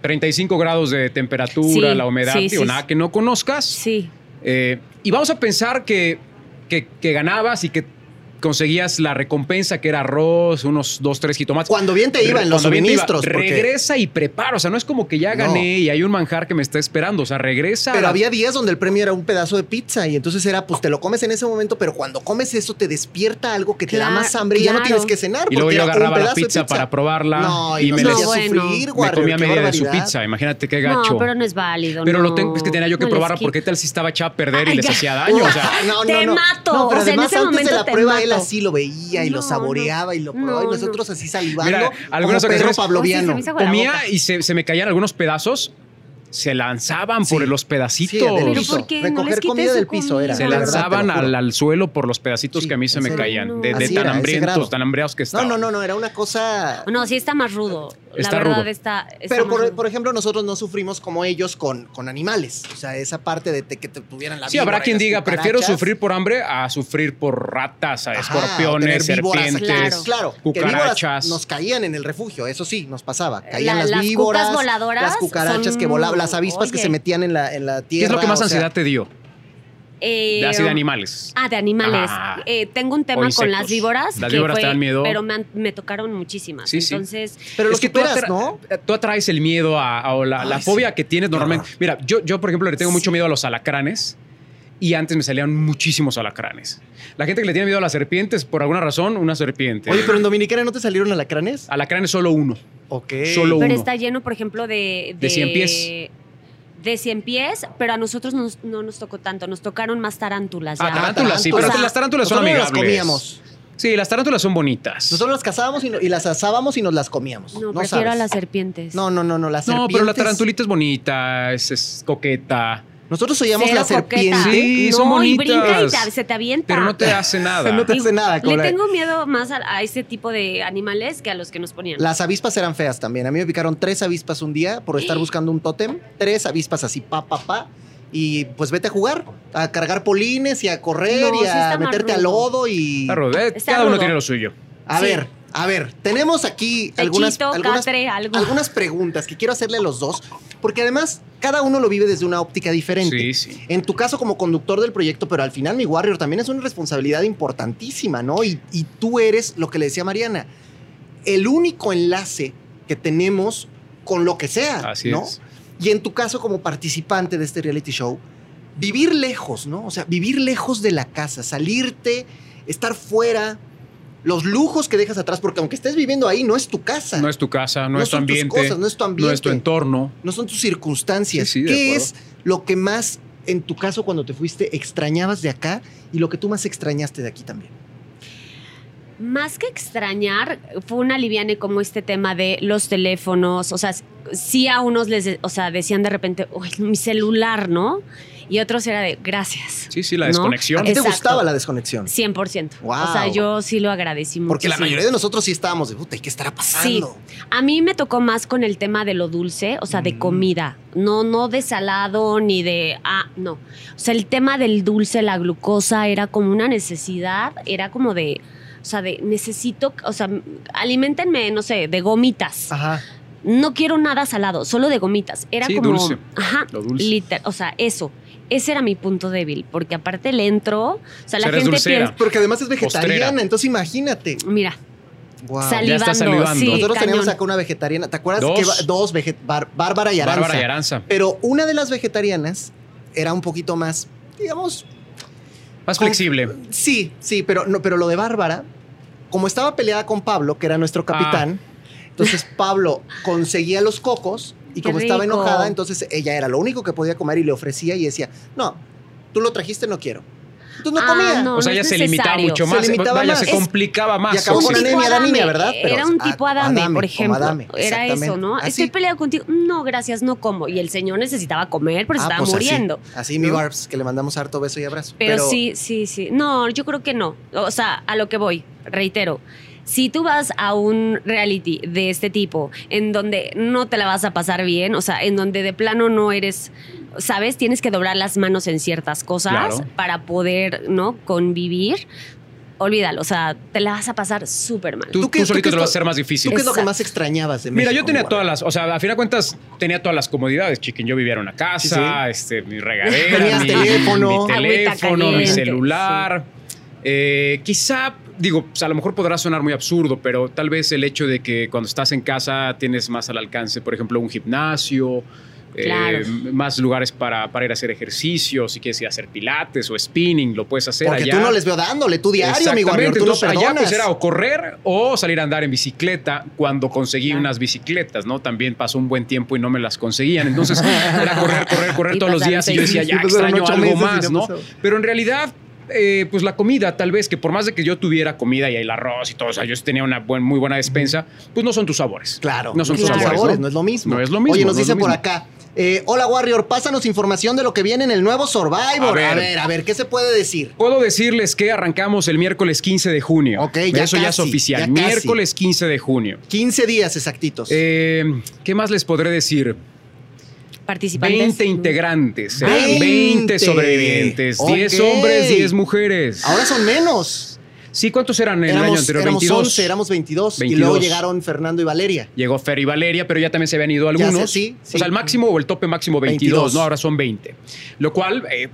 35 grados de temperatura, Sí, la humedad, sí, digo, sí, nada sí. que no conozcas. Sí. Eh, y vamos a pensar que, que, que ganabas y que conseguías la recompensa que era arroz, unos dos, tres jitomates. cuando bien te iban los Cuando bien te iba, suministros. porque- Regresa y prepara. O sea, no es como que ya No. gané y hay un manjar que me está esperando. O sea, regresa. Pero a la- había días donde el premio era un pedazo de pizza y entonces era, pues te lo comes en ese momento, pero cuando comes eso te despierta algo que te da Claro, más hambre y ya no claro. tienes que cenar. Y luego porque yo era un agarraba la pedazo de pizza para probarla No, y me, no, le- bueno. sufrir, Me me Warrior, comía qué media de su barbaridad. pizza. Imagínate qué gacho. No, pero no es válido. Pero lo no. tengo, es que tenía yo que No les probarla quito. porque tal si estaba echada a perder Ay, y les ya. hacía daño. O sea, Ay, no, Te mato, No, pero o sea, además en ese antes de la momento te prueba mato. él así lo veía y lo No, saboreaba y lo probaba y no. nosotros así salivando. Mira, algunas como perro ocasiones- Oh, pavloviano. Ay, sí, se me hizo agua la comía boca. y se, se me caían algunos pedazos, se lanzaban Sí. por los Sí, pedacitos. del Pero piso. ¿por qué no Recoger les quité comida su del piso comida? era. se la verdad, te lo lanzaban juro. al, al suelo por los pedacitos Sí, que a mí se me ese- caían, no. de, Así era, de tan ese grado. hambrientos, tan hambriados que No, estaban. no, no, no, era una cosa. No, sí está más rudo. la Está verdad rudo. está. está Pero más por, e, rudo. por ejemplo, nosotros no sufrimos como ellos con, con animales. O sea, esa parte de te- que te tuvieran la Sí, víbora habrá y quien las diga, prefiero cucarachas". sufrir por hambre a sufrir por ratas, a Ajá, escorpiones, o tener víboras serpientes, aquí. claro, que víboras cucarachas. nos caían en el refugio, eso sí, nos pasaba. Caían La- las las víboras, cucas voladoras las cucarachas son- que volaban, las avispas que oye. se metían en la, en la tierra. ¿Qué es lo que más o sea, ansiedad te dio? Eh, De así de animales. Ah, de animales. Ajá. Eh, tengo un O tema con insectos. las víboras. Las que víboras te fue- dan miedo. Pero me, han- me tocaron muchísimas. Sí, sí. Entonces, Pero Es lo que que tú esperas, atra- ¿no? Tú atraes el miedo a, a- o la, Ay, la sí. fobia que tienes normalmente. horror. Mira, yo, yo, por ejemplo, le tengo mucho miedo a los alacranes y antes me salían muchísimos alacranes. La gente que le tiene miedo a las serpientes, por alguna razón, una serpiente. Oye, pero en Dominicana no te salieron alacranes. Alacrán es solo uno. Ok. Solo pero uno. está lleno, por ejemplo, de. De cien pies. De 100 pies, pero a nosotros nos- no nos tocó tanto. Nos tocaron más tarántulas. Ah, ya. tarántulas, sí, tarántulas. pero O sea, las tarántulas son Nosotros amigables. las comíamos. Sí, las tarántulas son bonitas. Nosotros las cazábamos y, no- y las asábamos y nos las comíamos. No, No, prefiero sabes. a las serpientes. No, no, no, no, las no, pero la serpientes- tarantulita es bonita, es, es coqueta. Nosotros oíamos Cero la serpiente. coqueta. Sí, No, son y bonitas. brinca y te- se te avienta. Pero no te hace nada. Ah. No te hace nada. como Le la- tengo miedo más a, a este tipo de animales que a los que nos ponían. Las avispas eran feas también. A mí me picaron tres avispas un día por estar buscando un tótem. Tres avispas así, pa, pa, pa. Y pues vete a jugar, a cargar polines y a correr No, y sí a está meterte marrudo. al lodo y... Está rudo, eh, Está Cada uno rudo. tiene lo suyo. A Sí. ver, a ver, tenemos aquí Techito, algunas, algunas, catre, algo. algunas preguntas que quiero hacerle a los dos, porque además cada uno lo vive desde una óptica diferente. Sí, sí. En tu caso como conductor del proyecto, pero al final mi Warrior también es una responsabilidad importantísima, ¿no? Y, y tú eres lo que le decía Mariana, el único enlace que tenemos con lo que sea, Así Ah, ¿no? es. Y en tu caso como participante de este reality show, vivir lejos, ¿no? O sea, vivir lejos de la casa, salirte, estar fuera, los lujos que dejas atrás, porque aunque estés viviendo ahí, no es tu casa. No es tu casa, no, es tu son tus ambiente, cosas, no es tu ambiente no es tu entorno. no son tus circunstancias. Sí, sí, de ¿Qué acuerdo. es lo que más, en tu caso, cuando te fuiste, extrañabas de acá y lo que tú más extrañaste de aquí también? Más que extrañar, fue un aliviane como este tema de los teléfonos. O sea, sí a unos les de- o sea, decían de repente, uy, mi celular, ¿no? Y otros era de, gracias. Sí, sí, la ¿A ¿No? desconexión. ti te Exacto. gustaba la desconexión? 100%. Wow. O sea, yo sí lo agradecí mucho. Porque la mayoría de nosotros sí estábamos de, puta, ¿y qué estará pasando? A mí me tocó más con el tema de lo dulce, o sea, de Mm. comida. No, no de salado ni de. Ah, no. O sea, el tema del dulce, la glucosa, era como una necesidad, era como de. O sea, de necesito, o sea, alimentenme, no sé, de gomitas. Ajá. No quiero nada salado, solo de gomitas. Era Sí, como. dulce. Ajá. Lo dulce. liter- o sea, eso. Ese era mi punto débil, porque aparte le entro. O sea, la sea, eres gente dulcera. piensa. Porque además es vegetariana, Postrera. entonces imagínate. Mira, Wow. salivando. está salivando. Sí, Nosotros teníamos cañón. acá una vegetariana, ¿te acuerdas? Dos. Que va- dos veget- Bar- Bárbara y Aranza. Bárbara y Aranza. Pero una de las vegetarianas era un poquito más, digamos, Más Con- flexible. Sí, sí, pero, no, pero lo de Bárbara, como estaba peleada con Pablo, que era Ah. nuestro capitán, entonces Pablo conseguía los cocos y Qué como estaba rico. enojada, entonces ella era lo único que podía comer y le ofrecía y decía, no, tú lo trajiste, no quiero. Entonces no Ah, comía. no. o sea, es ella se limitaba necesario. mucho Se más. limitaba Vaya, más. se Es- complicaba más. y acabó Sí, con sí. anemia. era niña, ¿verdad? Pero, era un ah, tipo Adame, Adame, como por ejemplo. Adame, era eso, exactamente. ¿no? Así. Estoy peleado contigo. No, gracias, no como. Y el señor necesitaba comer, pero Ah, estaba pues así. muriendo. Así, mi ¿no? Barbs, que le mandamos harto beso y abrazo. Pero, sí, sí, sí. No, yo creo que no. O sea, a lo que voy, reitero. Si tú vas a un reality de este tipo, en donde no te la vas a pasar bien, o sea, en donde de plano no eres, ¿sabes? Tienes que doblar las manos en ciertas cosas Claro. para poder, ¿no? Convivir. Olvídalo, o sea, te la vas a pasar súper mal. Tú, ¿Tú qué- tú qué tú solito te lo esto- vas a hacer más ¿Tú difícil. qué es lo que Exacto. más extrañabas de México? Mira, yo tenía mi Barbs? todas las, o sea, a fin de cuentas tenía todas las comodidades, chiquen. Yo vivía en una casa, este, mi regadera, Tenías mi teléfono. mi, teléfono, Agüita mi caliente, celular. Eh, quizá, digo, pues, a lo mejor podrá sonar muy absurdo, pero tal vez el hecho de que cuando estás en casa tienes más al alcance, por ejemplo, un gimnasio. eh, Claro. más lugares para, para ir a hacer ejercicio, si quieres ir a hacer pilates o spinning, lo puedes hacer Porque allá. tú no les veo dándole, tú diario, mi Warrior, Exactamente. tú no Entonces, allá perdonas. pues era o correr o salir a andar en bicicleta cuando conseguí Claro. unas bicicletas, ¿no? También pasó un buen tiempo y no me las conseguían. Entonces era correr, correr, correr Y todos los pasaron días y yo seis decía, meses. ya Y pasaron extraño ocho algo meses y más, no ¿no? pasó. Pero en realidad, eh, pues la comida, tal vez, que por más de que yo tuviera comida y el arroz y todo, o sea, yo sí tenía una buen- muy buena despensa, pues no son tus sabores. Claro. No son tus los sabores, ¿no? ¿no? es lo mismo. No es lo mismo, Oye, nos no es dice lo por mismo. acá. eh, hola Warrior, pásanos información de lo que viene en el nuevo Survivor. A ver, A ver. a ver, ¿qué se puede decir? Puedo decirles que arrancamos el miércoles 15 de junio. Ok, ya Eso ya es casi, oficial. ya casi. miércoles 15 de junio. 15 días exactitos. Eh, ¿Qué más les podré decir? Participantes. 20 integrantes, eran 20. 20, sobrevivientes, 10 Ok. hombres, 10 mujeres. Ahora son menos. Sí, ¿cuántos eran el año éramos anterior? éramos 22. 11, éramos 22, Y 22. luego llegaron Fernando y Valeria. Llegó Fer y Valeria, pero ya también se habían ido Ya sé, algunos. sí, sí. O sea, el máximo o el tope máximo 22, 22. ¿no? Ahora son 20. Lo cual eh,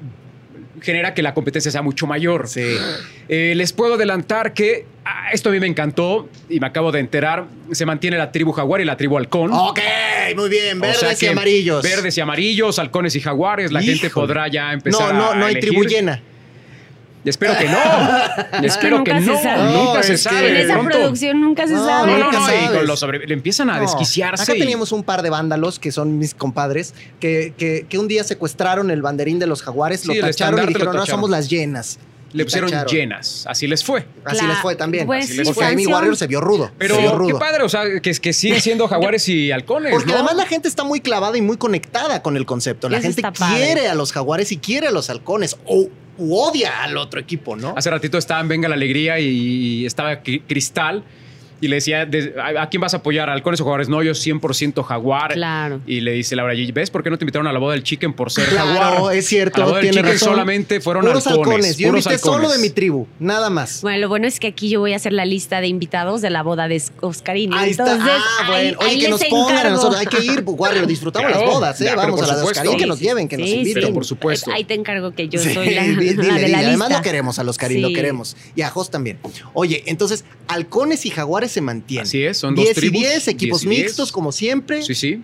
genera que la competencia sea mucho mayor. Eh, les puedo adelantar que ah, esto a mí me encantó y me acabo de enterar. Se mantiene la tribu jaguar y la tribu halcón. Ok, muy bien. O Ah, Verdes sea y que amarillos. Verdes y amarillos, halcones y jaguares. La gente Híjole. podrá ya No, empezar no, a no hay elegir. tribu llena. Espero que no. Espero que Nunca se no. sabe. Nunca No, se es que- sabe. En de esa pronto. producción nunca se No, No, sabe. no, Nunca no. y sabes. con los sobre- le empiezan a No. desquiciarse. Acá y- teníamos un par de vándalos que son mis compadres que, que- que un día secuestraron el banderín de los jaguares, Sí, lo el tacharon y estandarte lo dijeron, ahora tacharon". somos las llenas. le pusieron tacharon. llenas. Así les fue. Así Claro, les fue también. pues Así sí, les fue. Ahí mi canción. Warrior se vio rudo. Pero se vio qué rudo. padre, o sea, que, que siguen siendo jaguares y halcones. Porque ¿no? además la gente está muy clavada y muy conectada con el concepto. La Eso gente está padre. quiere a los jaguares y quiere a los halcones o u odia al otro equipo, ¿no? Hace ratito estaba en Venga la Alegría y estaba Cri- Cristal y le decía, de- ¿a a quién vas a apoyar? ¿Halcones o jaguares? No, yo 100% jaguar. Claro. Y le dice Laura G, ¿ves por qué no te invitaron a la boda del chicken por ser Claro, jaguar? es A la cierto, boda del tiene chicken razón. solamente fueron puros halcones. halcones. Yo puros invité solo halcones. de mi tribu, nada más. Bueno, lo bueno es que aquí yo voy a hacer la lista de invitados de la boda de Oscarina. Ahí está. Entonces, Ah, ahí- bueno. Oye, ahí que les nos pongan a encargo. nosotros. Hay que ir, pues, Warrior. Disfrutamos Claro, las bodas, ¿eh? ya, pero Vamos por a la de supuesto. Oscarín, que Sí, nos sí, lleven, que nos sí, inviten. Pero por supuesto. Ahí te encargo que yo Sí, soy la, di- la dile, de dile. la Además lista. lo queremos a los Karim, lo Sí. queremos. Y a Jos también. Oye, entonces, halcones y jaguares se mantienen. Así es, son dos 10 tribus, y 10, equipos 10 y 10. mixtos, como siempre. Sí, sí.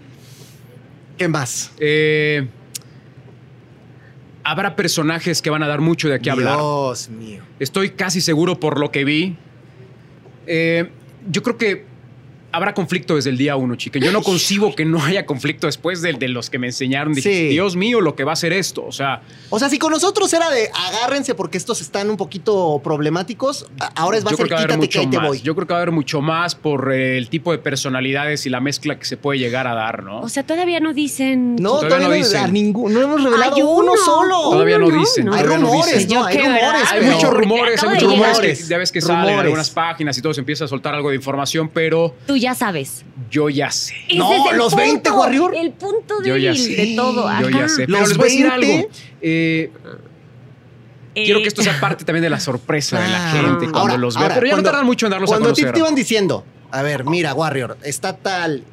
¿Qué más? Eh, habrá personajes que van a dar mucho de qué hablar. Dios mío. Estoy casi seguro por lo que vi. Eh, yo creo que habrá conflicto desde el día uno, chiquen. Yo no concibo que no haya conflicto después del- de, los que me enseñaron. Dije, Sí. Dios mío, lo que va a ser esto. O sea, O sea, si con nosotros era de agárrense porque estos están un poquito problemáticos, a- ahora es va a yo ser creo que va a haber quítate que mucho ahí te más. voy. Yo creo que va a haber mucho más por eh, el tipo de personalidades y la mezcla que se puede llegar a dar, ¿no? O sea, todavía no dicen. no, Todavía todavía, no no, dicen. a ningún- no hemos revelado Hay uno, solo. Todavía no dicen, Hay todavía no rumores, dicen. ¿no? Yo Hay qué rumores. bravo. hay pero- muchos rumores, hay Acabo de muchos rumores. llegar. que ya ves que Rumores. salen en algunas páginas y todo se empieza a soltar algo de información, pero Tú ya sabes. yo ya sé. Ese No, es el los 20, punto, Warrior. El punto Yo ya débil sé. de todo. Yo ajá. ya sé. Pero Los les voy a decir 20. algo. Eh, Eh, Quiero que esto sea parte también de la sorpresa de la gente cuando Ah. Ahora- los vea. ahora, pero ya cuando- no tardan mucho en darlos a Cuando a ti conocer. te iban diciendo, a ver, mira, Warrior, está tal,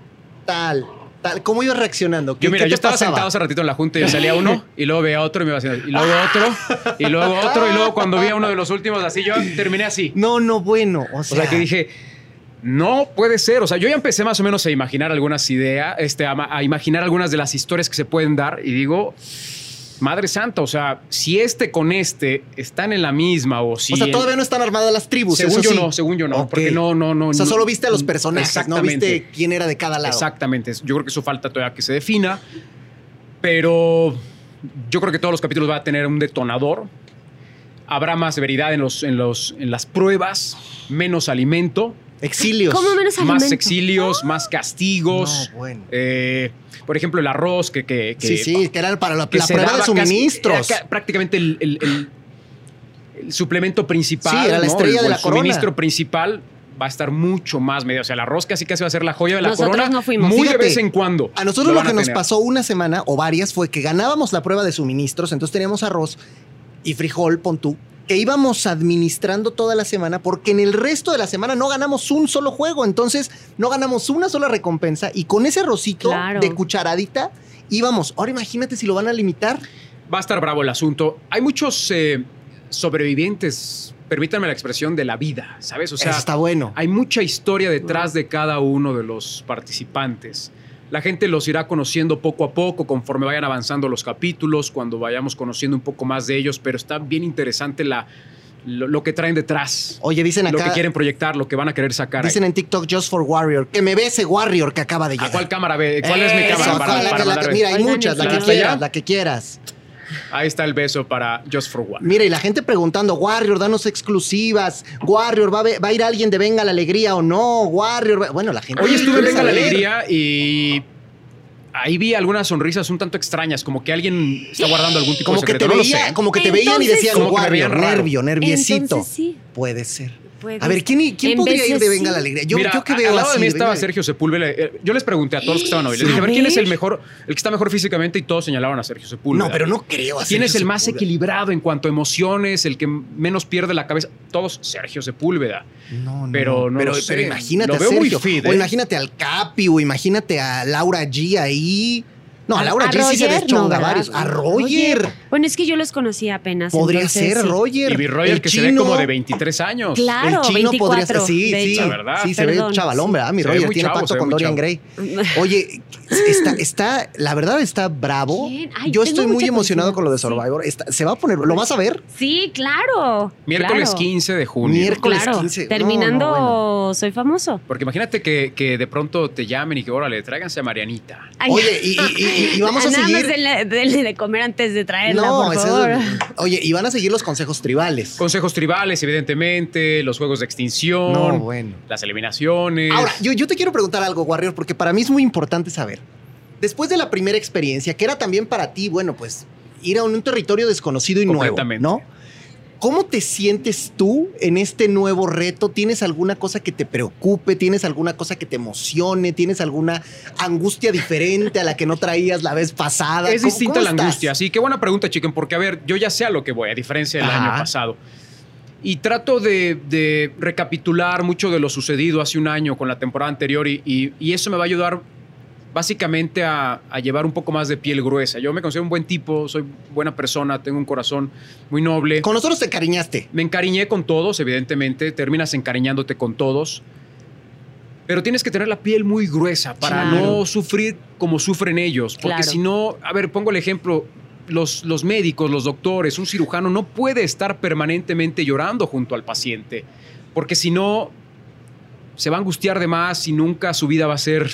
tal, tal, ¿cómo ibas reaccionando? ¿Qué, Yo, mira, qué te yo estaba pasaba? sentado hace ratito en la junta y yo salía uno y luego veía otro y me iba haciendo. Y luego otro y luego otro y luego cuando vi a uno de los últimos así, yo terminé así. No, no, bueno, o O sea, sea que dije. No puede ser. O sea, yo ya empecé más o menos a imaginar algunas ideas, este, a, ma- a imaginar algunas de las historias que se pueden dar. Y digo, madre santa, o sea, si este con este están en la misma o si. o sea, en- todavía no están armadas las tribus. eso Según yo sí. no, según yo no. Ok. Porque no, no, no. O sea, no- mm, solo viste a los personajes, no Exactamente. viste quién era de cada lado. Exactamente. Yo creo que eso falta todavía que se defina. Pero yo creo que todos los capítulos va a tener un detonador. Habrá más severidad en, los, en, los, en las pruebas, menos alimento, Exilios. ¿Cómo menos más alimento? Ah. exilios, más No, castigos. bueno. Eh, por ejemplo, el arroz que... que, que Sí, sí, que era para la, que la se prueba daba de casi- suministros. era ca- prácticamente el, el- el- el suplemento principal. Sí, era la ¿no? estrella El- de el la corona. suministro principal va a estar mucho más medio. O sea, el arroz casi casi va a ser la joya de la Nosotros corona. no fuimos. Muy Fíjate, de vez en cuando. A nosotros lo, van que nos tener. pasó una semana o varias fue que ganábamos la prueba de suministros, entonces teníamos arroz y frijol, pon tú, que íbamos administrando toda la semana porque en el resto de la semana no ganamos un solo juego, entonces no ganamos una sola recompensa y con ese arrocito Claro. de cucharadita íbamos. Ahora imagínate si lo van a limitar. Va a estar bravo el asunto. Hay muchos eh, sobrevivientes, permítanme la expresión, de la vida, ¿sabes? O sea, Eso está bueno. hay mucha historia detrás de cada uno de los participantes. La gente los irá conociendo poco a poco conforme vayan avanzando los capítulos, cuando vayamos conociendo un poco más de ellos, pero está bien interesante la, lo, lo que traen detrás, Oye, dicen lo que acá, quieren proyectar, lo que van a querer sacar. ahí. dicen en TikTok Just for Warrior, que me ve ese Warrior que acaba de ¿A llegar. cuál cámara ve? ¿Cuál es mi Eso, cámara? ¿cuál? Para, La que- la para mandar que- besos? mira, hay Oigan, muchas, la ¿la que está allá? quieras, la que quieras. Ahí está el beso para Just for One. Mira, y la gente preguntando, Warrior, danos exclusivas. Warrior, ¿va a, ve- va a ir alguien de Venga la Alegría o no? Warrior, va- bueno, la gente... Hoy estuve en quiere Venga la saber. Alegría y ahí vi algunas sonrisas un tanto extrañas, como que alguien está guardando algún tipo Como de que, secreto. te no lo veía- sé. como que te Entonces veían y decían, sí. Como que me Warrior, veían raro. nervio, nerviecito. Entonces sí. Puede ser. puedes. A ver, ¿quién, quién En podría ir veces de Venga la sí. Alegría? Yo, Mira, yo que a- veo al lado así, de mí de estaba Venga la- Sergio Sepúlveda. Eh, Yo les pregunté a todos los que estaban hoy. Les dije, a ver, A ¿quién es el ver. mejor, el que está mejor físicamente? Y todos señalaban a Sergio Sepúlveda. No, pero no creo así. ¿Quién es el más equilibrado en cuanto a emociones, el que menos pierde la cabeza? Todos Sergio Sepúlveda. No, no, Pero no pero, lo sé. pero imagínate Lo a veo muy Sergio, fit, o ¿eh? imagínate al Capi, o imagínate a Laura G ahí. No, a Laura G sí se Roger, no, deschonga ¿verdad? varios. A Roger. Bueno, es que yo los conocí apenas. Podría entonces, ser sí. Roger. Y mi Roger, el que se ve chino. como de 23 años. Claro, el chino 24, podría ser. Sí, de sí. hecho. La verdad. Sí, se Perdón, ve chavalón, sí. ¿verdad? Mi Se ve Roger muy tiene chavo, pacto se ve con muy Dorian chavo. Gray. Oye, está, está, la verdad está bravo. ¿Quién? Ay, Yo tengo estoy muy mucha emocionado con lo de curiosidad, Survivor. Está- se va a poner, ¿lo vas a ver? Sí, claro. Miércoles claro. 15 de junio. Miércoles Claro, 15. No, terminando, no, soy famoso. Porque imagínate que, que de pronto te llamen y que, órale, tráiganse a Marianita. Ay, Ah, Oye, y, y- y- y, y vamos a Nada seguir. más denle, denle de comer antes de traerla, No, por ese es- favor. oye, y van a seguir los consejos tribales. Consejos tribales, evidentemente, los juegos de extinción, No, bueno. las eliminaciones. Ahora, yo, yo te quiero preguntar algo, Warrior, porque para mí es muy importante saber. Después de la primera experiencia, que era también para ti, bueno, pues ir a un, un territorio desconocido y nuevo, Completamente. ¿no? ¿Cómo te sientes tú en este nuevo reto? ¿Tienes alguna cosa que te preocupe? ¿Tienes alguna cosa que te emocione? ¿Tienes alguna angustia diferente a la que no traías la vez pasada? es ¿Cómo- distinta cómo la estás? angustia. Sí, qué buena pregunta, chiquen, porque a ver, yo ya sé a lo que voy, a diferencia del Ajá. año pasado. Y trato de, de recapitular mucho de lo sucedido hace un año con la temporada anterior y, y- y eso me va a ayudar básicamente a, a llevar un poco más de piel gruesa. Yo me considero un buen tipo, soy buena persona, tengo un corazón muy noble. Con nosotros te cariñaste. Me encariñé con todos, evidentemente. Terminas encariñándote con todos. Pero tienes que tener la piel muy gruesa para Claro. no sufrir como sufren ellos. Porque Claro. si no, a ver, pongo el ejemplo. Los, los médicos, los doctores, un cirujano no puede estar permanentemente llorando junto al paciente. Porque si no, se va a angustiar de más y nunca su vida va a ser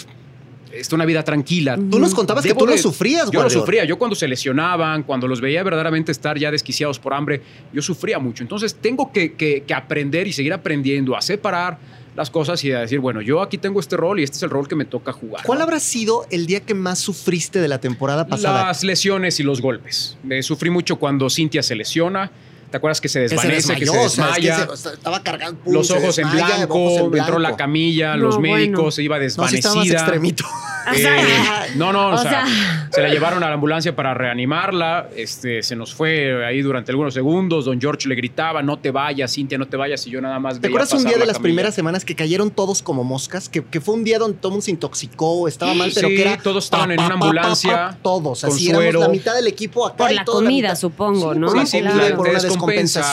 este, una vida tranquila. Tú nos contabas Debo que tú de- lo sufrías, Yo lo Warrior. sufría, yo cuando se lesionaban, cuando los veía verdaderamente estar ya desquiciados por hambre, yo sufría mucho. Entonces tengo que, que- que aprender y seguir aprendiendo a separar las cosas y a decir, bueno, yo aquí tengo este rol y este es el rol que me toca jugar. ¿Cuál habrá sido el día que más sufriste de la temporada pasada? Las lesiones y los golpes. Me sufrí mucho cuando Cintia se lesiona. ¿Te acuerdas que se Que se desvanece, que se desmayó, o sea, es que desmaya? se- o sea, estaba cargando pum, Los se ojos en, desmaya, blanco, ojos en entró la blanco. camilla, No, los bueno. médicos, se iba No, sí estaba más desvanecida. extremito. O sea, Eh, no, no, o, o sea, sea. se la llevaron a la ambulancia para reanimarla. Este, se nos fue ahí durante algunos segundos. Don George le gritaba, no te vayas, Cintia, no te vayas. Y yo nada más ¿Te veía acuerdas un pasar día de la las camilla. primeras semanas que cayeron todos como moscas? Que, que fue un día donde todo mundo se intoxicó, estaba mal, pero Sí, que era. todos estaban en una ambulancia, todos, con así éramos suero. la mitad del equipo acá. Por y la todos comida, mitad. supongo, Sí, ¿no? Por la Sí, sí, comida, la- por te una descompensas,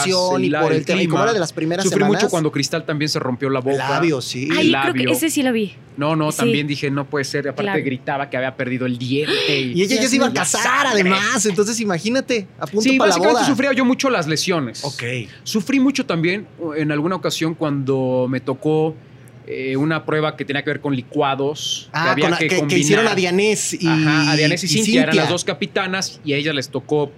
descompensación y la- por el el tema. Y como clima. era de las primeras Sufrí semanas. mucho cuando Cristal también se rompió la boca. Labios, sí. Ay, yo creo que labio. ese sí lo vi. No, no, Sí. también dije, no puede ser. Y aparte Claro. gritaba que había perdido el diente. Y ella ya se iba a La casar, sangre. además. Entonces, imagínate, a punto Sí, para la básicamente boda. sufría yo mucho las lesiones. Ok. Sufrí mucho también en alguna ocasión cuando me tocó eh, una prueba que tenía que ver con licuados. Ah, había con la- que, que combinar. hicieron a Dianés y. Ajá, a Dianés y, Cintia, eran Cintia. las dos capitanas y a ellas les tocó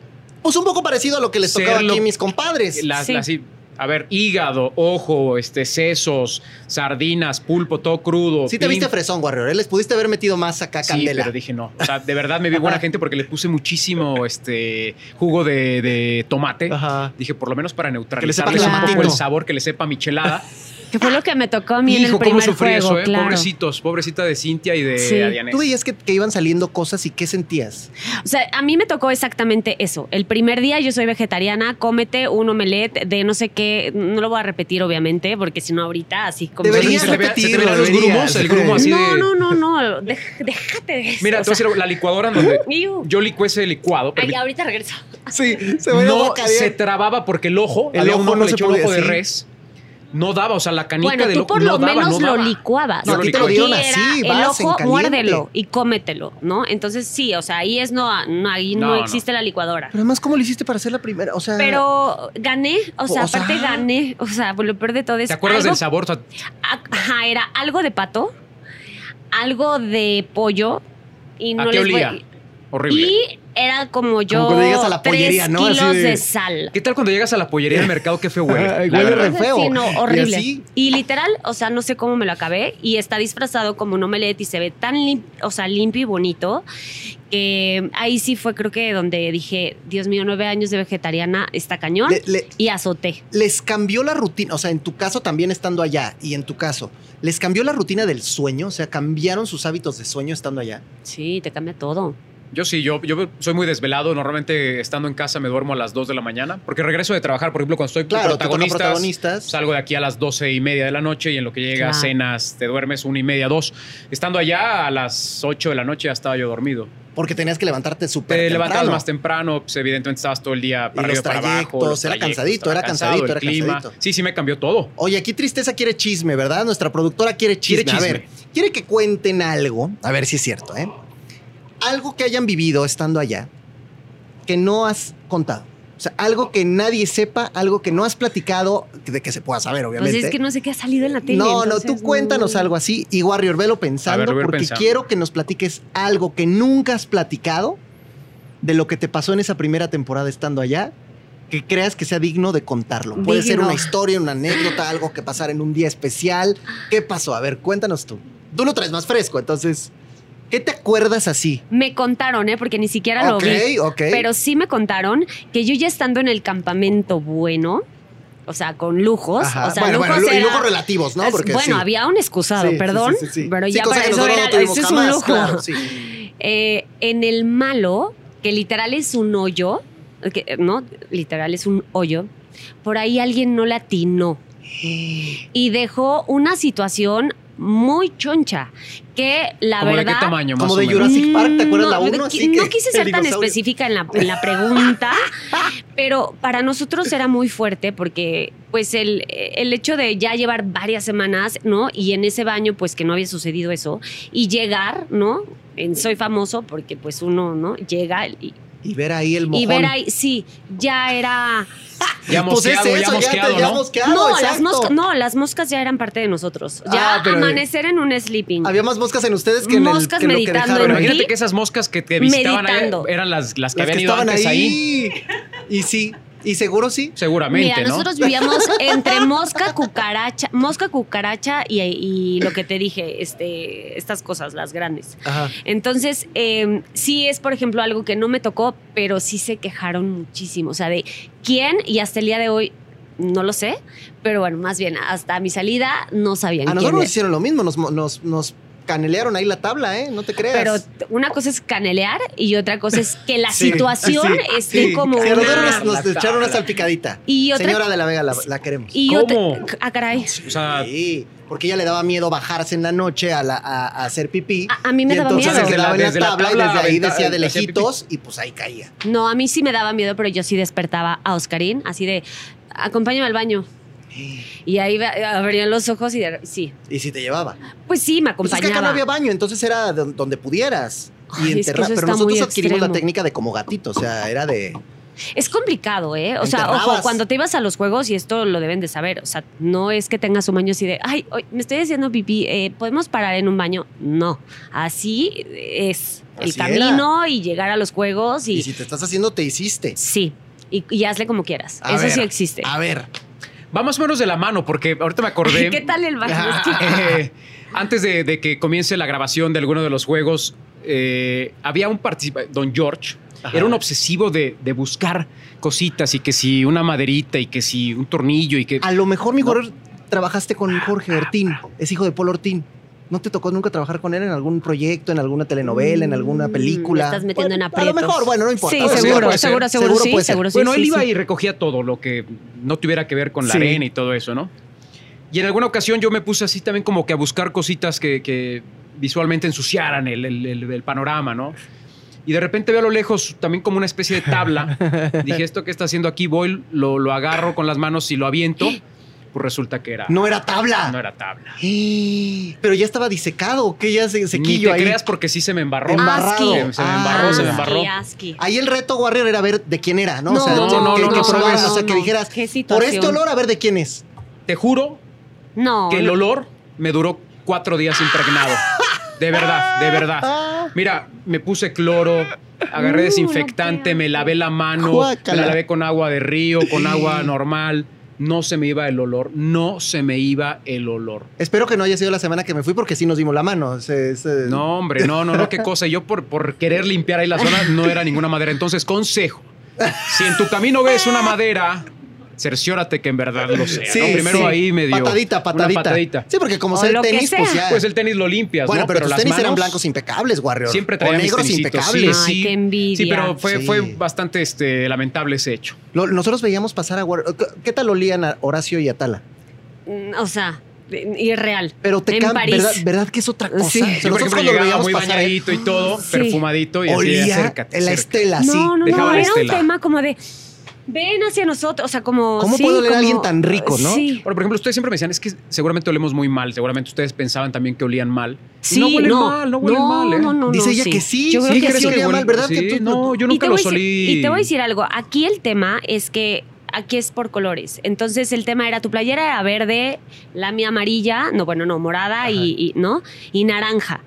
Pues un poco parecido a lo que les Ser tocaba aquí lo- a mis compadres. las, Sí. las- a ver, hígado, ojo, este, sesos, sardinas, pulpo, todo crudo. Sí te pin- viste fresón, Warrior. ¿eh? Les pudiste haber metido más acá Sí, candela. pero dije no. O sea, de verdad me vi buena gente porque le puse muchísimo este jugo de, de tomate. Ajá. Dije, por lo menos para sepa neutralizarles un poco clamatito. el sabor, que le sepa a michelada. Que fue lo que me tocó a mí en Hijo, el cómo primer sufrí juego, eso, ¿eh? claro. Pobrecitos, pobrecita de Cintia y de Sí. Adianés. Tú veías que, que iban saliendo cosas y qué sentías. O sea, a mí me tocó exactamente eso. El primer día yo soy vegetariana, cómete un omelette de no sé qué, no lo voy a repetir obviamente, porque si no ahorita así como... Deberías Se te ve- se te repetirlo, verán los deberías. grumos, el grumo así no, de- no, no, no, dej- déjate de eso. Mira, o sea, tú haces la licuadora en donde iu. yo licué ese licuado. pero Ay, ahorita regreso. Sí, se no se trababa porque el ojo, El había ojo un ojo, no le se echó un podía, ojo de sí. res. No daba, o sea, la canica Bueno, del tú ojo por no lo daba, menos no lo daba. licuabas. Yo No, lo a ti te licué. lo dieron Aquí era así, el vas en ojo, caliente. muérdelo y cómetelo, ¿no? Entonces sí, o sea, ahí es no, no ahí no, No, no. existe la licuadora. Pero además, ¿cómo lo hiciste para hacer la primera? O sea, Pero gané, o sea, O sea- aparte gané, o sea, lo peor de todo es ¿Te acuerdas algo del sabor? O sea, a- Ajá, era algo de pato, algo de pollo y no ¿A les qué voy- olía? Horrible. Y era como yo cuando llegas a la tres pollería, ¿no? Así kilos de- de... sal. ¿Qué tal cuando llegas a la pollería del mercado? Qué feo huele. Ay, la huele re verdad. feo. Sí, no, horrible. Y Y, así- literal, o sea, no sé cómo me lo acabé. Y está disfrazado como un omelette y se ve tan lim- o sea, limpio y bonito. Que ahí sí fue, creo que donde dije, Dios mío, nueve años de vegetariana está cañón. le- le- y azoté. les cambió la rutina. O sea, en tu caso también estando allá y en tu caso, les cambió la rutina del sueño. O sea, cambiaron sus hábitos de sueño estando allá. Sí, te cambia todo. Yo sí, yo, yo soy muy desvelado. Normalmente estando en casa me duermo a las 2 de la mañana porque regreso de trabajar. Por ejemplo, cuando estoy Claro, te con protagonistas, protagonistas. salgo de aquí a las 12 y media de la noche y en lo que llega Claro. cenas te duermes una y media, dos. Estando allá a las 8 de la noche ya estaba yo dormido. porque tenías que levantarte súper. Te levantabas temprano. más temprano, pues evidentemente estabas todo el día para Y los arriba, para abajo. trayectos, era cansadito, estaba era cansado, cansadito, el era clima. cansadito. Sí, sí me cambió todo. Oye, aquí Tristeza quiere chisme, ¿verdad? Nuestra productora quiere chisme. Quiere chisme. A ver, quiere que cuenten algo. A ver si es cierto, ¿eh? Algo que hayan vivido estando allá que no has contado. O sea, algo que nadie sepa, algo que no has platicado, de que se pueda saber, obviamente. Pues es que no sé qué ha salido en la tele. No, no, entonces, tú cuéntanos algo así y Warrior, velo pensando, A ver, voy a ir porque pensando. quiero que nos platiques algo que nunca has platicado de lo que te pasó en esa primera temporada estando allá, que creas que sea digno de contarlo. Puede ser Digno. una historia, una anécdota, algo que pasara en un día especial. ¿Qué pasó? A ver, cuéntanos tú. Tú lo traes más fresco, entonces, ¿qué te acuerdas así? Me contaron, ¿eh? Porque ni siquiera ok, lo vi. ok. Pero sí me contaron que yo ya estando en el campamento bueno, o sea, con lujos, Ajá. o sea, bueno, lujos bueno, y era- luego relativos, ¿no? es- Porque bueno, sí. había un excusado, Sí, sí, perdón, sí, sí, sí. pero Sí, ya cosa para que eso nosotros no era, tuvimos eso es un jamás, lujo. claro, sí. Eh, en el malo, que literal es un hoyo, que, eh, no, literal es un hoyo, por ahí alguien no latinó y dejó una situación muy choncha, que la ¿Cómo de qué verdad... tamaño más Como o de menos? Jurassic Park, ¿te acuerdas Mm, la no, uno? qui- Así no que quise el ser tan dinosaurio. específica en la, en la pregunta, pero para nosotros era muy fuerte porque pues el, el hecho de ya llevar varias semanas, ¿no? Y en ese baño pues que no había sucedido eso y llegar, ¿no? En Soy famoso porque pues uno, ¿no? Llega y, Y ver ahí el mojón. y ver ahí, sí, ya era... Ya Pues es mosqueado, ya eso, mosqueado, te- ya ¿no? mosqueado, no, las exacto. moscas, no, las moscas ya eran parte de nosotros. Ya Ah, pero- amanecer en un sleeping. Había más moscas en ustedes que en el Moscas que lo que meditando dejaron. Pero en Imagínate imagínate ti, que esas moscas que te visitaban ahí meditando. eran las, las que las habían que ido estaban antes ahí. ahí. Y sí, y seguro sí. Seguramente, Mira, ¿no? nosotros vivíamos entre mosca, cucaracha, mosca, cucaracha y, y lo que te dije, este, estas cosas, las grandes. Ajá. Entonces, eh, sí es, por ejemplo, algo que no me tocó, pero sí se quejaron muchísimo. O sea, de quién y hasta el día de hoy no lo sé, pero bueno, más bien hasta mi salida no sabían A nosotros quién nos era. hicieron lo mismo, nos, nos, nos canelearon ahí la tabla, ¿eh? No te creas. Pero t- una cosa es canelear y otra cosa es que la Sí, situación sí, esté sí. como Sí, a nosotros una... nos, nos La echaron una tabla. salpicadita. Y otra... Señora de la Vega, la, la queremos. y ¿Cómo? otra- Ah, caray. O sea, Sí, porque ella le daba miedo bajarse en la noche a, la- a- a hacer pipí. A- a mí me y daba entonces miedo. se quedaba en Desde la la tabla, tabla y desde ahí aventaba- decía de hacía pipí. lejitos y pues ahí caía. No, a mí sí me daba miedo, pero yo sí despertaba a Oscarín, así de, acompáñame al baño. Y ahí ve- abrían los ojos y de- sí, Y si te llevaba. pues sí, me Pues es que acá no acompañaba. había baño, entonces era don- donde pudieras. Ay, Y es que enterrar. eso Pero está muy nosotros adquirimos la extremo. técnica de como gatito, o sea, era de. es complicado, ¿eh? O sea, Enterrabas. ojo, cuando te ibas a los juegos, y esto lo deben de saber, o sea, no es que tengas un baño así de, ay, hoy me estoy haciendo pipí, eh, ¿podemos parar en un baño? No, así es el Así camino y llegar a los juegos y, Y si te estás haciendo, te hiciste. sí, y, y hazle como quieras. A Eso ver, sí existe. A ver. va más o menos de la mano, porque ahorita me acordé. ¿Qué tal el baño? Ah, Es que- Eh, antes de, de que comience la grabación de alguno de los juegos, eh, había un participante, don George, Ajá. era un obsesivo de, de buscar cositas y que si una maderita y que si un tornillo y que... A lo mejor, mi Jorge, trabajaste con Jorge Ortín. Es hijo de Paul Ortín. ¿No te tocó nunca trabajar con él en algún proyecto, en alguna telenovela, en alguna Mm, película? me estás metiendo en Bueno, aprietos. A lo mejor, bueno, no importa. Sí, O sea, seguro, puede ser. seguro, seguro, sí, puede ser. seguro sí. bueno, él sí, iba sí. y recogía todo lo que no tuviera que ver con la Sí. arena y todo eso, ¿no? Y en alguna ocasión yo me puse así también como que a buscar cositas que, que visualmente ensuciaran el, el- el- el panorama, ¿no? Y de repente veo a lo lejos también como una especie de tabla. Dije, ¿esto qué está haciendo aquí? Voy, lo, lo agarro con las manos y lo aviento. Pues resulta que era, No era tabla. no era tabla. Pero ya estaba disecado, que ya se, se Ni quillo te ahí. creas porque sí se me embarró. Embarrado. Se me- se me embarró, se me Ah, embarró. sí, asqui. Ahí el reto, Warrior, era ver de quién era, ¿no? o No, sea, no, que, no, que- no, que no, probaras, no, o sea, que no. dijeras, Qué por situación. este olor, a ver de quién es. Te juro No. Ah, que el no. olor me duró cuatro días impregnado. De verdad, de verdad. Ah, Mira, me puse cloro, agarré No, desinfectante, no, me lavé la mano, Guácala. me la lavé con agua de río, con agua normal. No se me iba el olor, no se me iba el olor. Espero que no haya sido la semana que me fui porque sí nos dimos la mano. Se- se- No, hombre, no, no, no, qué cosa. Yo por, por querer limpiar ahí la zona no era ninguna madera. Entonces, consejo, si en tu camino ves una madera, cerciórate que en verdad lo sea. ¿no? Primero sí. ahí medio. Patadita, una patadita. patadita. Sí, porque como O sea el lo que tenis, sea. pues ya. Pues el tenis lo limpias, bueno, ¿no? pero, tus las tenis eran manos- blancos impecables, Warrior. Siempre o traía mis negros tenisitos, impecables. Ay, qué envidia. Sí, pero fue, Sí. fue bastante este, lamentable ese hecho. Lo- nosotros veíamos pasar a Warrior. ¿Qué, qué tal olían a Horacio y Atala? Mm, O sea, de- irreal. Pero te En cam- París. ¿verdad, ¿verdad que es otra cosa? Sí. O sea, Yo, Yo, por nosotros ejemplo, cuando lo llegaba veíamos muy pasar, ahí, bañadito y todo, Sí. perfumadito y así, olía acércate. la acércate. estela, sí. no, no, dejaba no. la Era un estela. tema como de. ven hacia nosotros, o sea, como... ¿Cómo sí, puede oler a como- alguien tan rico, no? Sí, Ahora, por ejemplo, ustedes siempre me decían, es que seguramente olemos muy mal, seguramente ustedes pensaban también que olían mal. Y sí, no no, huelen mal, no huelen mal, ¿eh? no, no, Dice no, ella que sí, Yo sí, creo que ¿crees sí. que olía mal, verdad? Sí, Que tú- no, yo Y nunca te voy los a decir- olí. Y te voy a decir algo. Aquí el tema es que aquí es por colores. Entonces el tema era tu playera era verde, la mía amarilla, no, bueno, no, morada y, y- ¿no? Y naranja.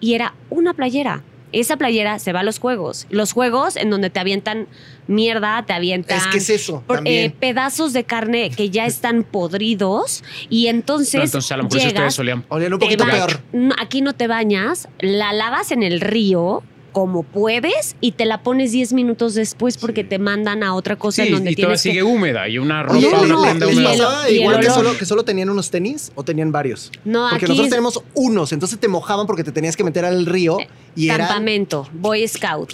Y era una playera. Esa playera se va a los juegos. Los juegos en donde te avientan mierda, te avientan Es que es eso por- eh, también. pedazos de carne que ya están podridos y entonces, Pero entonces a lo mejor si llegas, ustedes olían. Olían un te poquito ba- peor. no, aquí no te bañas, la lavas en el río como puedes y te la pones 10 minutos después porque Sí. te mandan a otra cosa Sí, en donde y todavía tienes que... sigue húmeda y una ropa, Oye, no, ¿le- una no, prenda le- ¿les y el- húmeda. pasaba y el igual que olor. solo, que solo tenían unos tenis o tenían varios? No, Porque aquí nosotros es tenemos unos, entonces te mojaban porque te tenías que meter al río y era... campamento, Boy Scout.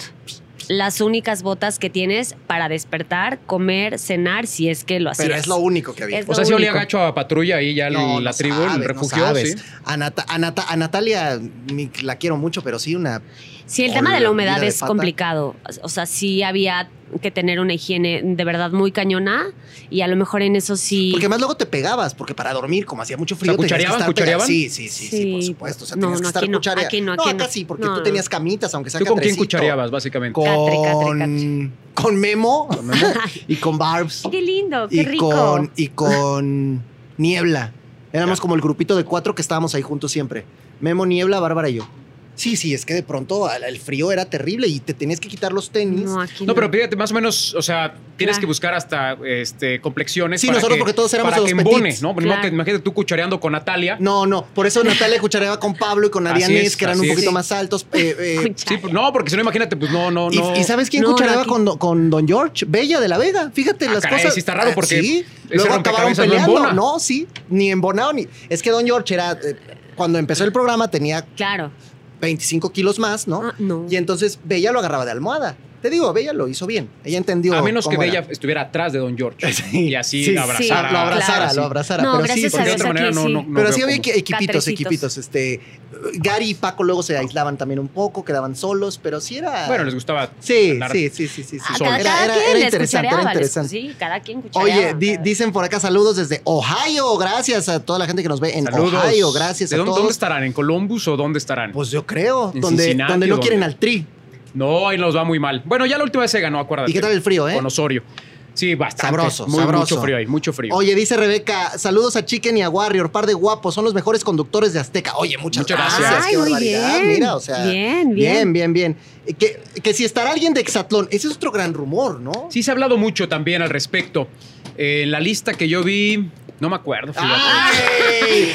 Las únicas botas que tienes para despertar, comer, cenar, si es que lo hacías. Pero es lo único que había. Es O sea, si olía único. gacho a patrulla ahí ya el- No, la no tribu, sabes, el no refugio, sabes. sí. A, Nata- a Nata- a Natalia mi- la quiero mucho, pero sí una... Sí, el O tema de la la humedad vida de es pata. complicado. O sea, sí había que tener una higiene de verdad muy cañona y a lo mejor en eso sí... Porque más luego te pegabas, porque para dormir, como hacía mucho frío, O sea, tenías que ¿cuchareaban, estar cuchareaban? pegado. Sí, sí, sí, sí, por Sí, supuesto. O sea, no, tenías que no, estar aquí no, cuchareando. aquí no, aquí no. casi, porque No, tú no. tenías camitas, aunque sea ¿Tú con quién catrecito. cuchareabas, básicamente? Con, Catre, catre, catre. con Memo, y con Barbs ¡Qué lindo! Oh, ¡Qué y rico! con, y con Niebla. Éramos Ya. como el grupito de cuatro que estábamos ahí juntos siempre. Memo, Niebla, Bárbara y yo. Sí, sí, es que de pronto al- el frío era terrible y te tenías que quitar los tenis. No, aquí No, pero fíjate, más o menos, o sea, tienes Claro. que buscar hasta este, complexiones. Sí, para nosotros que- porque todos éramos Para los que embone, petits. ¿no? Ni modo Claro. que imagínate tú cuchareando con Natalia. No, no. Por eso Natalia cuchareaba con Pablo y con Así Arianes, es, que eran un así poquito es. más altos. eh, eh, Chale. Sí, pues, no, porque si no, imagínate, pues no, no, y, no. y sabes quién No, no, cuchareaba aquí- con, don- con Don George? Bella de la Vega. Fíjate Ah, las caray, cosas. sí está raro Ah, porque sí. ese Luego acabaron rompecabezas no peleando. embona. No, sí. Ni embonado ni. Es que Don George era. eh, cuando empezó el programa tenía Claro. 25 kilos más, ¿no? Ah, no. Y entonces Bella lo agarraba de almohada. Te digo, Bella lo hizo bien. Ella entendió. a menos que cómo Bella era. estuviera atrás de Don George Sí. y así Sí, sí, abrazara. lo abrazara, así. lo abrazara. No, pero sí, gracias porque a de Dios otra aquí manera no, sí. no, no. pero veo sí había cómo. equi- equipitos, Catrecitos. equipitos. Este, Gary y Paco luego se aislaban también un poco, quedaban solos, pero sí era. Bueno, les gustaba. Sí, andar- sí, sí, sí, sí. sí. Ah, Sol. cada, Era- cada era- quien era les interesante, era cuchareaba, les- interesante. sí, cada quien cuchareaba. Oye, di- cada- dicen por acá saludos desde Ohio. Gracias a toda la gente que nos ve en Saludos. Ohio. Gracias ¿De a dónde, todos. dónde estarán? ¿En Columbus o dónde estarán? Pues yo creo. ¿En Donde, Cincinnati donde no o dónde? quieren al tri. No, ahí nos va muy mal. Bueno, ya la última vez se ganó, acuérdate. ¿Y qué tal el frío, eh? Con Osorio. Sí, bastante. Sabroso, Muy- sabroso. Mucho frío ahí, mucho frío. Oye, dice Rebeca, saludos a Chicken y a Warrior, par de guapos, son los mejores conductores de Azteca. Oye, muchas, Muchas gracias. gracias. Ay, qué muy barbaridad. bien. Mira, o sea. Bien, Bien, bien. bien, bien. Eh, Que, que si estará alguien de Exatlón, ese es otro gran rumor, ¿no? Sí, se ha hablado mucho también al respecto. Eh, en la lista que yo vi, no me acuerdo. fíjate. Ah, ¡Ay!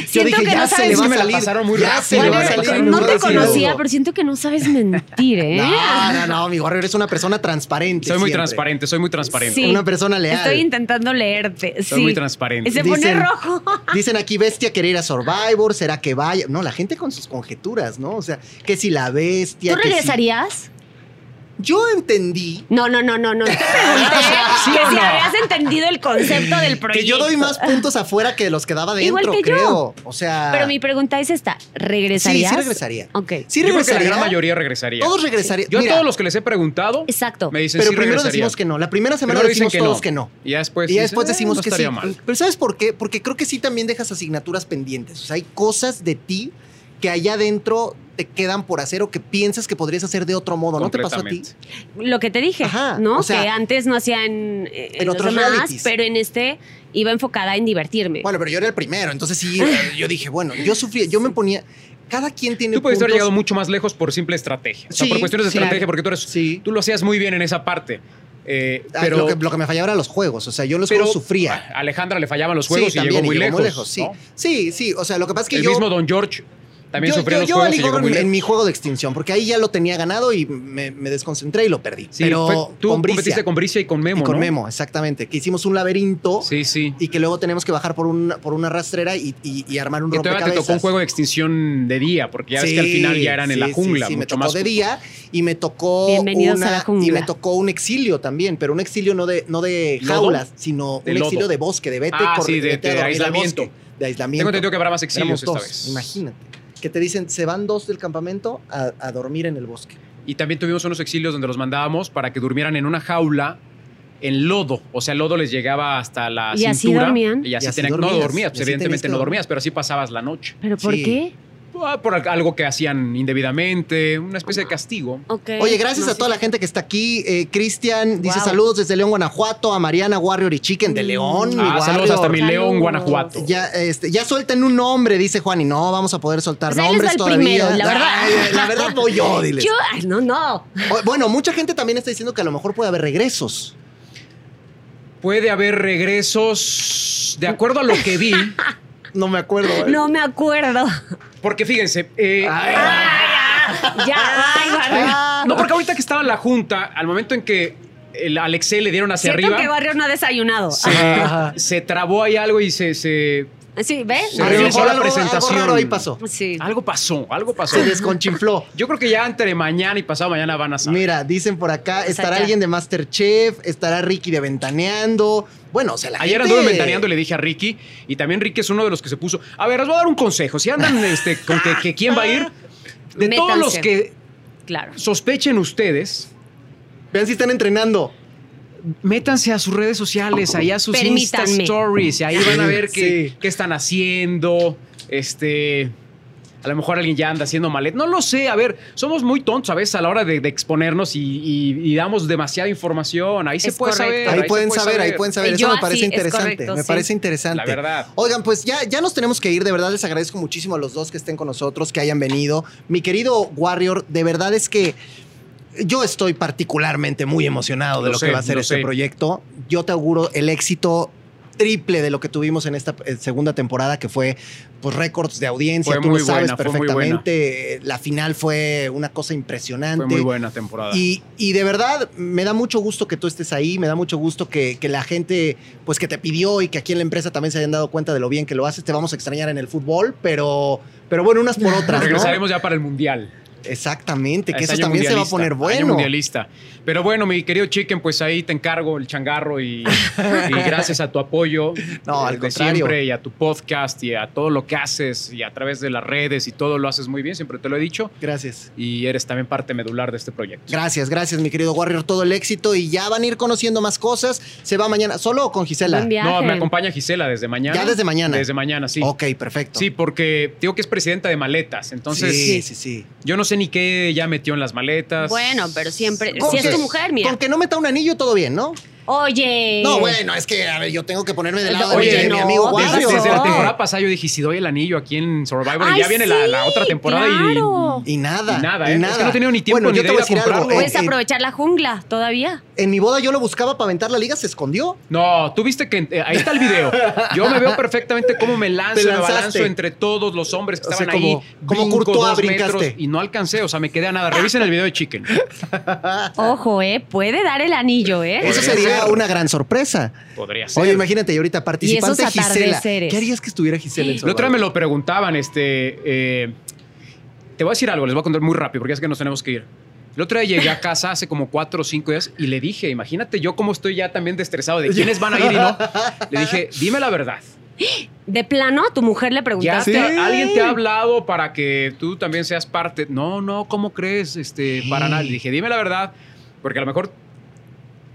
Yo Siento dije, que ya no se sabes- le Es va que a me la salir. pasaron muy ya rápido, se le me va a la salir. pasaron muy no te rápido. conocía, pero siento que no sabes mentir, ¿eh? No, no, no, mi Warrior es una persona transparente. Soy muy siempre. transparente, soy muy transparente. Sí. Una persona leal. Estoy intentando leerte. Soy sí. muy transparente. Se pone Dicen- rojo. Dicen aquí, bestia quiere ir a Survivor, ¿será que vaya? No, la gente con sus conjeturas, ¿no? O sea, que si la bestia. ¿Tú que si- regresarías? Yo entendí No, no, no, no, no. Te pregunté ¿Sí que o si no? habías entendido el concepto del proyecto. que yo doy más puntos afuera que los que daba Igual dentro, que yo. creo. O sea. Pero mi pregunta es esta. Sí, ¿Regresarías? sí regresaría. Ok. Sí yo creo que la regresaría. gran mayoría regresaría. Todos regresarían. yo Mira, a todos los que les he preguntado, Exacto. me dicen Pero sí primero regresaría. decimos que no. La primera semana Primero decimos dicen todos que no. Y ya después, Y ya dices, después "Eh, decimos no que sí. estaría mal". Pero ¿sabes por qué? Porque creo que sí también dejas asignaturas pendientes. O sea, hay cosas de ti que allá adentro te quedan por hacer o que piensas que podrías hacer de otro modo. ¿No te pasó a ti? Completamente. Lo que te dije, Ajá, ¿no? o sea, que antes no hacía en, eh, en en los otros demás, realities. pero en este iba enfocada en divertirme. Bueno, pero yo era el primero, entonces sí, eh, yo dije, bueno, yo sufrí, yo me ponía. Cada quien tiene. Tú puedes haber puntos- llegado mucho más lejos por simple estrategia. O sea, Sí, por cuestiones de claro. estrategia, porque tú, eres, Sí. tú lo hacías muy bien en esa parte. Eh, Ah, pero, lo, que, lo que me fallaba eran los juegos. O sea, yo en los pero juegos sufría. a Alejandra le fallaban los juegos sí, y también, llegó muy y lejos. sí. ¿no? sí, sí. O sea, lo que pasa es que El yo. mismo Don George también yo, sufrió yo, los yo juegos valí y llegó gorro muy en, en lejos. mi juego de extinción, porque ahí ya lo tenía ganado y me, me desconcentré y lo perdí. Sí, pero fue- tú con Bricia competiste con Bricia y con Memo, y con ¿no? Memo, exactamente. Que hicimos un laberinto Sí, sí. y que luego tenemos que bajar por una, por una rastrera y, y- y armar un Y todavía te rompecabezas. tocó un juego de extinción de día, porque ya ves que al Sí, final ya eran en la sí, jungla, sí, sí, me mucho tocó más. de día y me tocó Bienvenidos una- a la jungla. y me tocó un exilio también, pero un exilio no de no de ¿Lodo? jaulas, sino De un lodo. exilio de bosque, de vete, Ah, corre- sí, de- vete a de dormir al aislamiento. bosque, de aislamiento. Tengo entendido que habrá más Éramos exilios esta dos, vez. imagínate. Que te dicen, se van dos del campamento a, a dormir en el bosque. Y también tuvimos unos exilios donde los mandábamos para que durmieran en una jaula en lodo. O sea, el lodo les llegaba hasta la ¿Y cintura. así dormían? Y así, Y así tenían- dormías, no dormías, pues, y así tenías evidentemente que no dormir. dormías, pero así pasabas la noche. ¿Pero por Sí. qué? Ah, Por algo que hacían indebidamente, una especie de castigo. Ok. Oye, gracias No, a toda sí. la gente que está aquí. Eh, Cristian dice Wow. saludos desde León, Guanajuato. A Mariana Warrior y Chicken de Mm. León. mi Ah, saludos Warrior. hasta mi León, Saludos. Guanajuato. Ya, este, ya suelten un nombre, dice Juan, y no vamos a poder soltar Pues ahí les va nombres el todavía. primero, la verdad. Ay, la verdad voy yo, diles. Yo, ay, no, no. O- Bueno, mucha gente también está diciendo que a lo mejor puede haber regresos. Puede haber regresos, de acuerdo a lo que vi, No me acuerdo. ¿eh? No me acuerdo. porque fíjense, eh, Ah. Ay, Ya, ay, Barrio. Ah. no porque ahorita que estaba en la junta, al momento en que el Alexei le dieron hacia Siento que arriba, Barrio no ha desayunado. se, Ajá. se trabó ahí algo y se, se- Ah, Sí, ¿ves? Se a lo realizó mejor la algo, algo presentación. raro ahí pasó. Sí. algo pasó, algo pasó. Se desconchinfló. Yo creo que ya entre mañana y pasado mañana van a saber. Mira, dicen por acá, estará ya. alguien de Masterchef, estará Ricky de Ventaneando. Bueno, o sea, la Ayer gente... anduve ventaneando y le dije a Ricky, y también Ricky es uno de los que se puso. A ver, les voy a dar un consejo. Si andan este, con que, que quién va a ir, de todos los Métanse. que Claro. sospechen ustedes, Vean si están entrenando. métanse a sus redes sociales, ahí a sus Insta Permítanme. Stories, y ahí van a ver qué, Sí. qué están haciendo. Este. A lo mejor alguien ya anda haciendo malet. No lo sé. A ver, somos muy tontos a veces a la hora de, de exponernos y, y- y damos demasiada información. Ahí se Es puede correcto. saber. Ahí se pueden puede saber, ahí pueden saber. Eh, Eso yo me parece así, es interesante. correcto, me sí. parece interesante. La verdad. Oigan, pues ya, ya nos tenemos que ir. De verdad les agradezco muchísimo a los dos que estén con nosotros, que hayan venido. Mi querido Warrior, de verdad es que yo estoy particularmente muy emocionado de Lo lo, que sé, va a ser lo este sé. proyecto. Yo te auguro el éxito triple de lo que tuvimos en esta eh, segunda temporada que fue pues récords de audiencia Fue tú muy lo sabes buena, fue muy buena. perfectamente la final fue una cosa impresionante Fue muy buena temporada. y, y de verdad, me da mucho gusto que tú estés ahí, me da mucho gusto que, que la gente, pues que te pidió y que aquí en la empresa también se hayan dado cuenta de lo bien que lo haces. Te vamos a extrañar en el fútbol, pero, pero bueno, unas por otras, ¿no? Regresaremos ya para el mundial. Exactamente, que Es eso año también se va a mundialista, poner año bueno. mundialista. Pero bueno, mi querido Chicken, pues ahí te encargo el changarro y, y gracias a tu apoyo. No, eh, al de contrario. Siempre y a tu podcast y a todo lo que haces y a través de las redes y todo lo haces muy bien, siempre te lo he dicho. Gracias. Y eres también parte medular de este proyecto. Gracias, gracias, mi querido Warrior, todo el éxito y ya van a ir conociendo más cosas. ¿Se va mañana solo o con Gisela? Buen viaje. No, me acompaña Gisela desde mañana. Ya desde mañana. Desde mañana, sí. Ok, perfecto. Sí, porque digo que es presidenta de maletas, entonces sí, sí, sí. yo no sé ni qué ya metió en las maletas. Bueno, pero siempre. Con Si es que- tu mujer, mira. Con que no meta un anillo, todo bien, ¿no? Oye. No, bueno, es que, a ver, yo tengo que ponerme del lado Eh. Oye, de mi- de mi no, amigo Desde, Warrior. desde la No. temporada pasada yo dije, si doy el anillo aquí en Survivor, y Ay, ya viene la, la sí, otra temporada claro. Y nada. Y nada, y ¿eh? nada. Es que no he tenido ni tiempo bueno, ni yo de te voy ir a a decir algo. comprarlo. En, Puedes en- aprovechar la jungla todavía. en mi boda yo lo buscaba para aventar la liga, se escondió. y... No, tú viste que... eh, ahí está el video. Yo me veo perfectamente cómo me lanzo, Te me balanzo lanzaste. entre todos los hombres que O sea, estaban como- ahí. como brinco Courtois dos brincaste. metros Y no alcancé, o sea, me quedé a nada. Revisen el video de Chicken. Ah, Ojo, ¿eh? Puede dar el anillo, ¿eh? Eso Podría sería ser. una gran sorpresa. Podría ser. Oye, imagínate, y ahorita participante Y esos Gisela. atardeceres. ¿Qué harías que estuviera Gisela en La otra vez me Survivor? lo preguntaban, este... eh, te voy a decir algo, les voy a contar muy rápido, porque es que nos tenemos que ir. El otro día llegué a casa hace como cuatro o cinco días y le dije, imagínate yo cómo estoy ya también destresado de quiénes van a ir y no. Le dije, dime la verdad. De plano, a tu mujer le Ya preguntaste. te- Sí. alguien te ha hablado para que tú también seas parte. No, no, ¿cómo crees? Este, para nada. Le dije, dime la verdad, porque a lo mejor.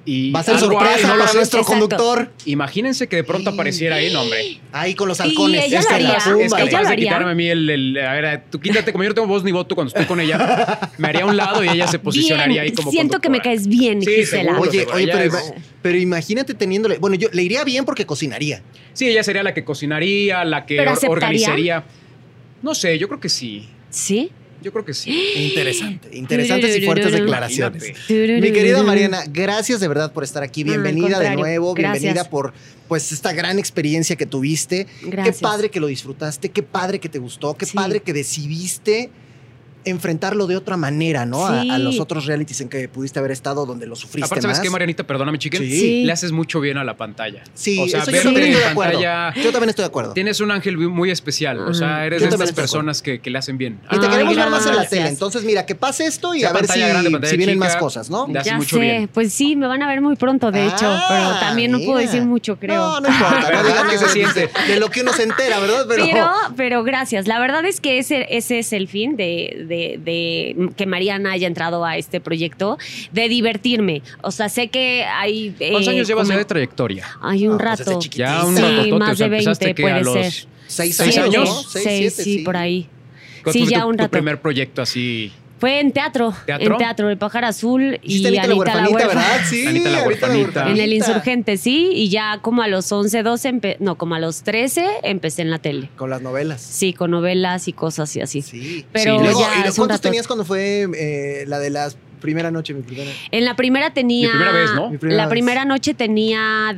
Y Va a ser algo hay, sorpresa no lo para sé. nuestro Exacto. conductor. Imagínense que de pronto apareciera ahí, no, hombre. Ahí con los Sí, halcones. ella Es lo que la haría. zumba, Es Ella güey. capaz lo de haría. quitarme a mí el, el- A ver, tú quítate, como yo no tengo voz ni voto cuando estoy con ella, me haría a un lado y ella se Bien, posicionaría ahí como. Siento que me conductora. caes bien, Sí, Gisela. seguro. Oye, Seguro, oye, ella pero, es- ima- pero imagínate teniéndole. Bueno, yo le iría bien porque cocinaría. Sí, ella sería la que cocinaría, la que ¿Pero or- aceptaría? organizaría. No sé, yo creo que sí. ¿Sí? Yo creo que sí. Interesante. Interesantes y fuertes Imagínate. declaraciones. Imagínate. Mi querida Mariana, gracias de verdad por estar aquí. No, al Bienvenida de contrario, nuevo, gracias. bienvenida por pues esta gran experiencia que tuviste. Gracias. Qué padre que lo disfrutaste, qué padre que te gustó, qué Sí. padre que decidiste enfrentarlo de otra manera, ¿no? A- A, Sí. los otros realities en que pudiste haber estado donde lo sufriste Aparte, ¿sabes más. qué, Marianita? Perdóname, chiquen. Sí. Sí. Le haces mucho bien a la pantalla. Sí, o sea, eso yo verte también en estoy de acuerdo. pantalla. Yo también estoy de acuerdo. Tienes un ángel muy especial. O sea, Ajá. eres Yo de también estas estoy de personas que, que le hacen bien. Y te Ay, queremos ver más en la Ah, gracias. tele. Entonces, mira, que pase esto y Ya a ver si, pantalla grande, pantalla si vienen chica. más cosas, ¿no? Ya. Le hace Oh, Ya mucho sé, bien. pues sí, me van a ver muy pronto, de hecho, Ah, pero también no puedo mira. decir mucho, creo. No, no importa. no ¿verdad? digas ¿Qué nada se siente? De lo que uno se entera, ¿verdad? Pero, pero gracias. La verdad es que ese, ese es el fin de, de, de que Mariana haya entrado a este proyecto, de divertirme. O sea, sé que hay... eh, ¿Cuántos años llevas este como- ya de trayectoria? Hay un Ah, pues, rato. desde chiquita. Ya un Sí, ratotote, más o sea, de empezaste 20 que a puede los... ser. Seis, ¿Seis años, años? ¿no? Seis, Seis, siete, sí, por ahí. ¿Cuál Sí, fue ya tu, un tu rato. primer proyecto así? Fue en teatro, ¿Teatro? en teatro, El Pájaro Azul y Hiciste Anita la Anita la huerfanita, Huerfa. ¿verdad? Sí, Anita la huerfanita. En el Insurgente, sí, y ya como a los 11, 12, empe- no, como a los 13 empecé en la tele. Con las novelas. Sí, con novelas y cosas y así. Sí. Pero Y Sí, luego, Oh, ya ¿y lo- es un ¿cuántos rato. tenías cuando fue eh, la de la primera noche, mi primera? En la primera tenía... Mi primera vez, ¿no? Mi primera la vez. primera noche tenía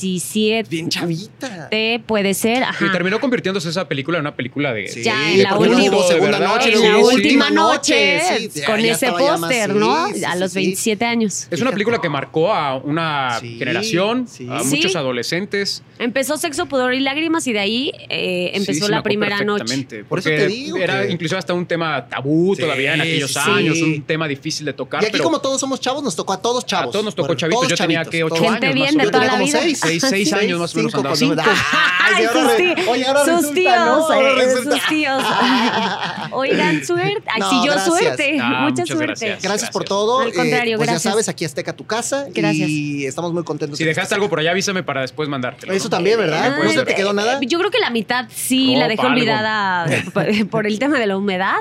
17, Bien chavita. puede ser, ajá. Y terminó convirtiéndose esa película en una película de... Sí, Ya en la porque luego última- hubo segunda ¿verdad? noche, en en luego la hubo última noche, sí, ya- con ya ese estaba ya más- póster, sí, ¿no? sí, a sí, los sí. 27 años. Es una Fíjate. película que marcó a una Sí, generación, sí. a Sí. muchos adolescentes. Empezó Sexo, Pudor y Lágrimas y de ahí eh, Sí, empezó se la marcó primera noche. perfectamente, Por eso porque te digo Era que- incluso hasta un tema tabú Sí, todavía en aquellos sí, sí. años, un tema difícil de tocar. Y aquí pero como todos somos chavos, nos tocó a todos chavos. a todos nos tocó Bueno, chavitos. todos Yo tenía chavitos, que ocho todos. años. Gente más bien o de Yo menos. toda tenía la como vida. Seis, Seis, seis años más o menos cinco andaba. cuando- Cinco. Ay, Ay, ahora sus re- tíos, Oye, ahora sus tíos, resulta, ¿no? Ahora eh, resulta. sus tíos. Ay, Oigan, suerte. Ay, No, sí, yo gracias. suerte. Ah, mucha muchas suerte. gracias. Gracias por todo. Al contrario, pues ya gracias. sabes, aquí Azteca tu casa. Gracias. Y estamos muy contentos. Si de que dejaste estés algo por allá, avísame para después mandártelo. Eso ¿no? también, ¿verdad? Puede ¿No se ser. te quedó nada? Yo creo que la mitad sí la dejé Ropa, algo. olvidada por- por el tema de la humedad,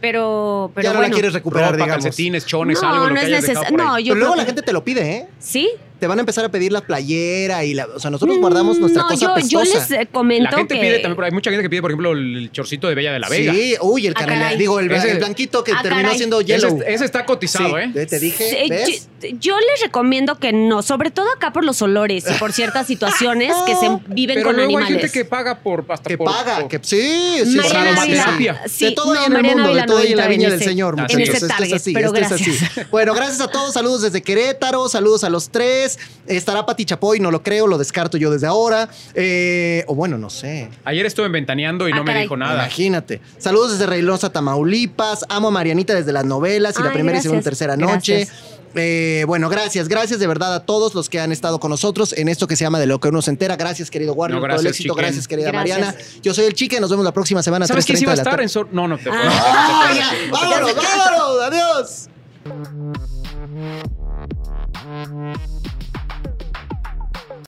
pero, pero ya no bueno. la quieres recuperar, Ropa, digamos. calcetines, chones, no, algo. lo no que es hayas dejado necesario. por No, ahí. yo Pero luego creo la que- gente te lo pide, ¿eh? ¿Sí? Te van a empezar a pedir la playera y la... O sea, nosotros guardamos nuestra Mm, no, cosa yo, yo pestosa. les eh, comento La gente que... pide también, pero hay mucha gente que pide, por ejemplo, el chorcito de Bella de la Vega. Sí, uy, el Ah, canela. caray. Digo, el, Ese- el blanquito que Ah, terminó caray. siendo Ese, yellow. ese está cotizado, Sí, ¿eh? Te dije, Eh, ¿ves? Yo, yo les recomiendo que no, sobre todo acá por los olores y por ciertas situaciones que Ah, se viven Pero con luego hay animales. gente que paga por hasta Que por- paga, por- que sí, sí, sí, Mariana sí, Ávila. sí. Sí, de todo no, hay en el Mariana mundo, de Ávila todo no hay en la entra en viña del ese- Señor, en muchachos. ese Esto es target, así, pero esto es así. Bueno, gracias a todos, saludos desde Querétaro, saludos a los tres. Estará Pati Chapoy, no lo creo, lo descarto yo desde ahora. Eh, o bueno, no sé. Ayer estuve ventaneando y Ah, no me caray. dijo nada. Imagínate. Saludos desde Reynosa, Tamaulipas. Amo a Marianita desde las novelas y la Ay, primera y segunda gracias, tercera noche. gracias. Eh, bueno, gracias, gracias de verdad a todos los que han estado con nosotros en esto que se llama De lo que uno se entera. Gracias, querido Warner, No, todo el gracias, éxito. Chiquen. Gracias, querida Gracias. Mariana. Yo soy el Chique, nos vemos la próxima semana. ¿Sabes quién sí 3:30 iba a de la tarde. estar en Sor- No, no te Ah. no, no, ¡Ah, no, no, ya! no, no, no, ¡Vámonos, vámonos! ¡Adiós!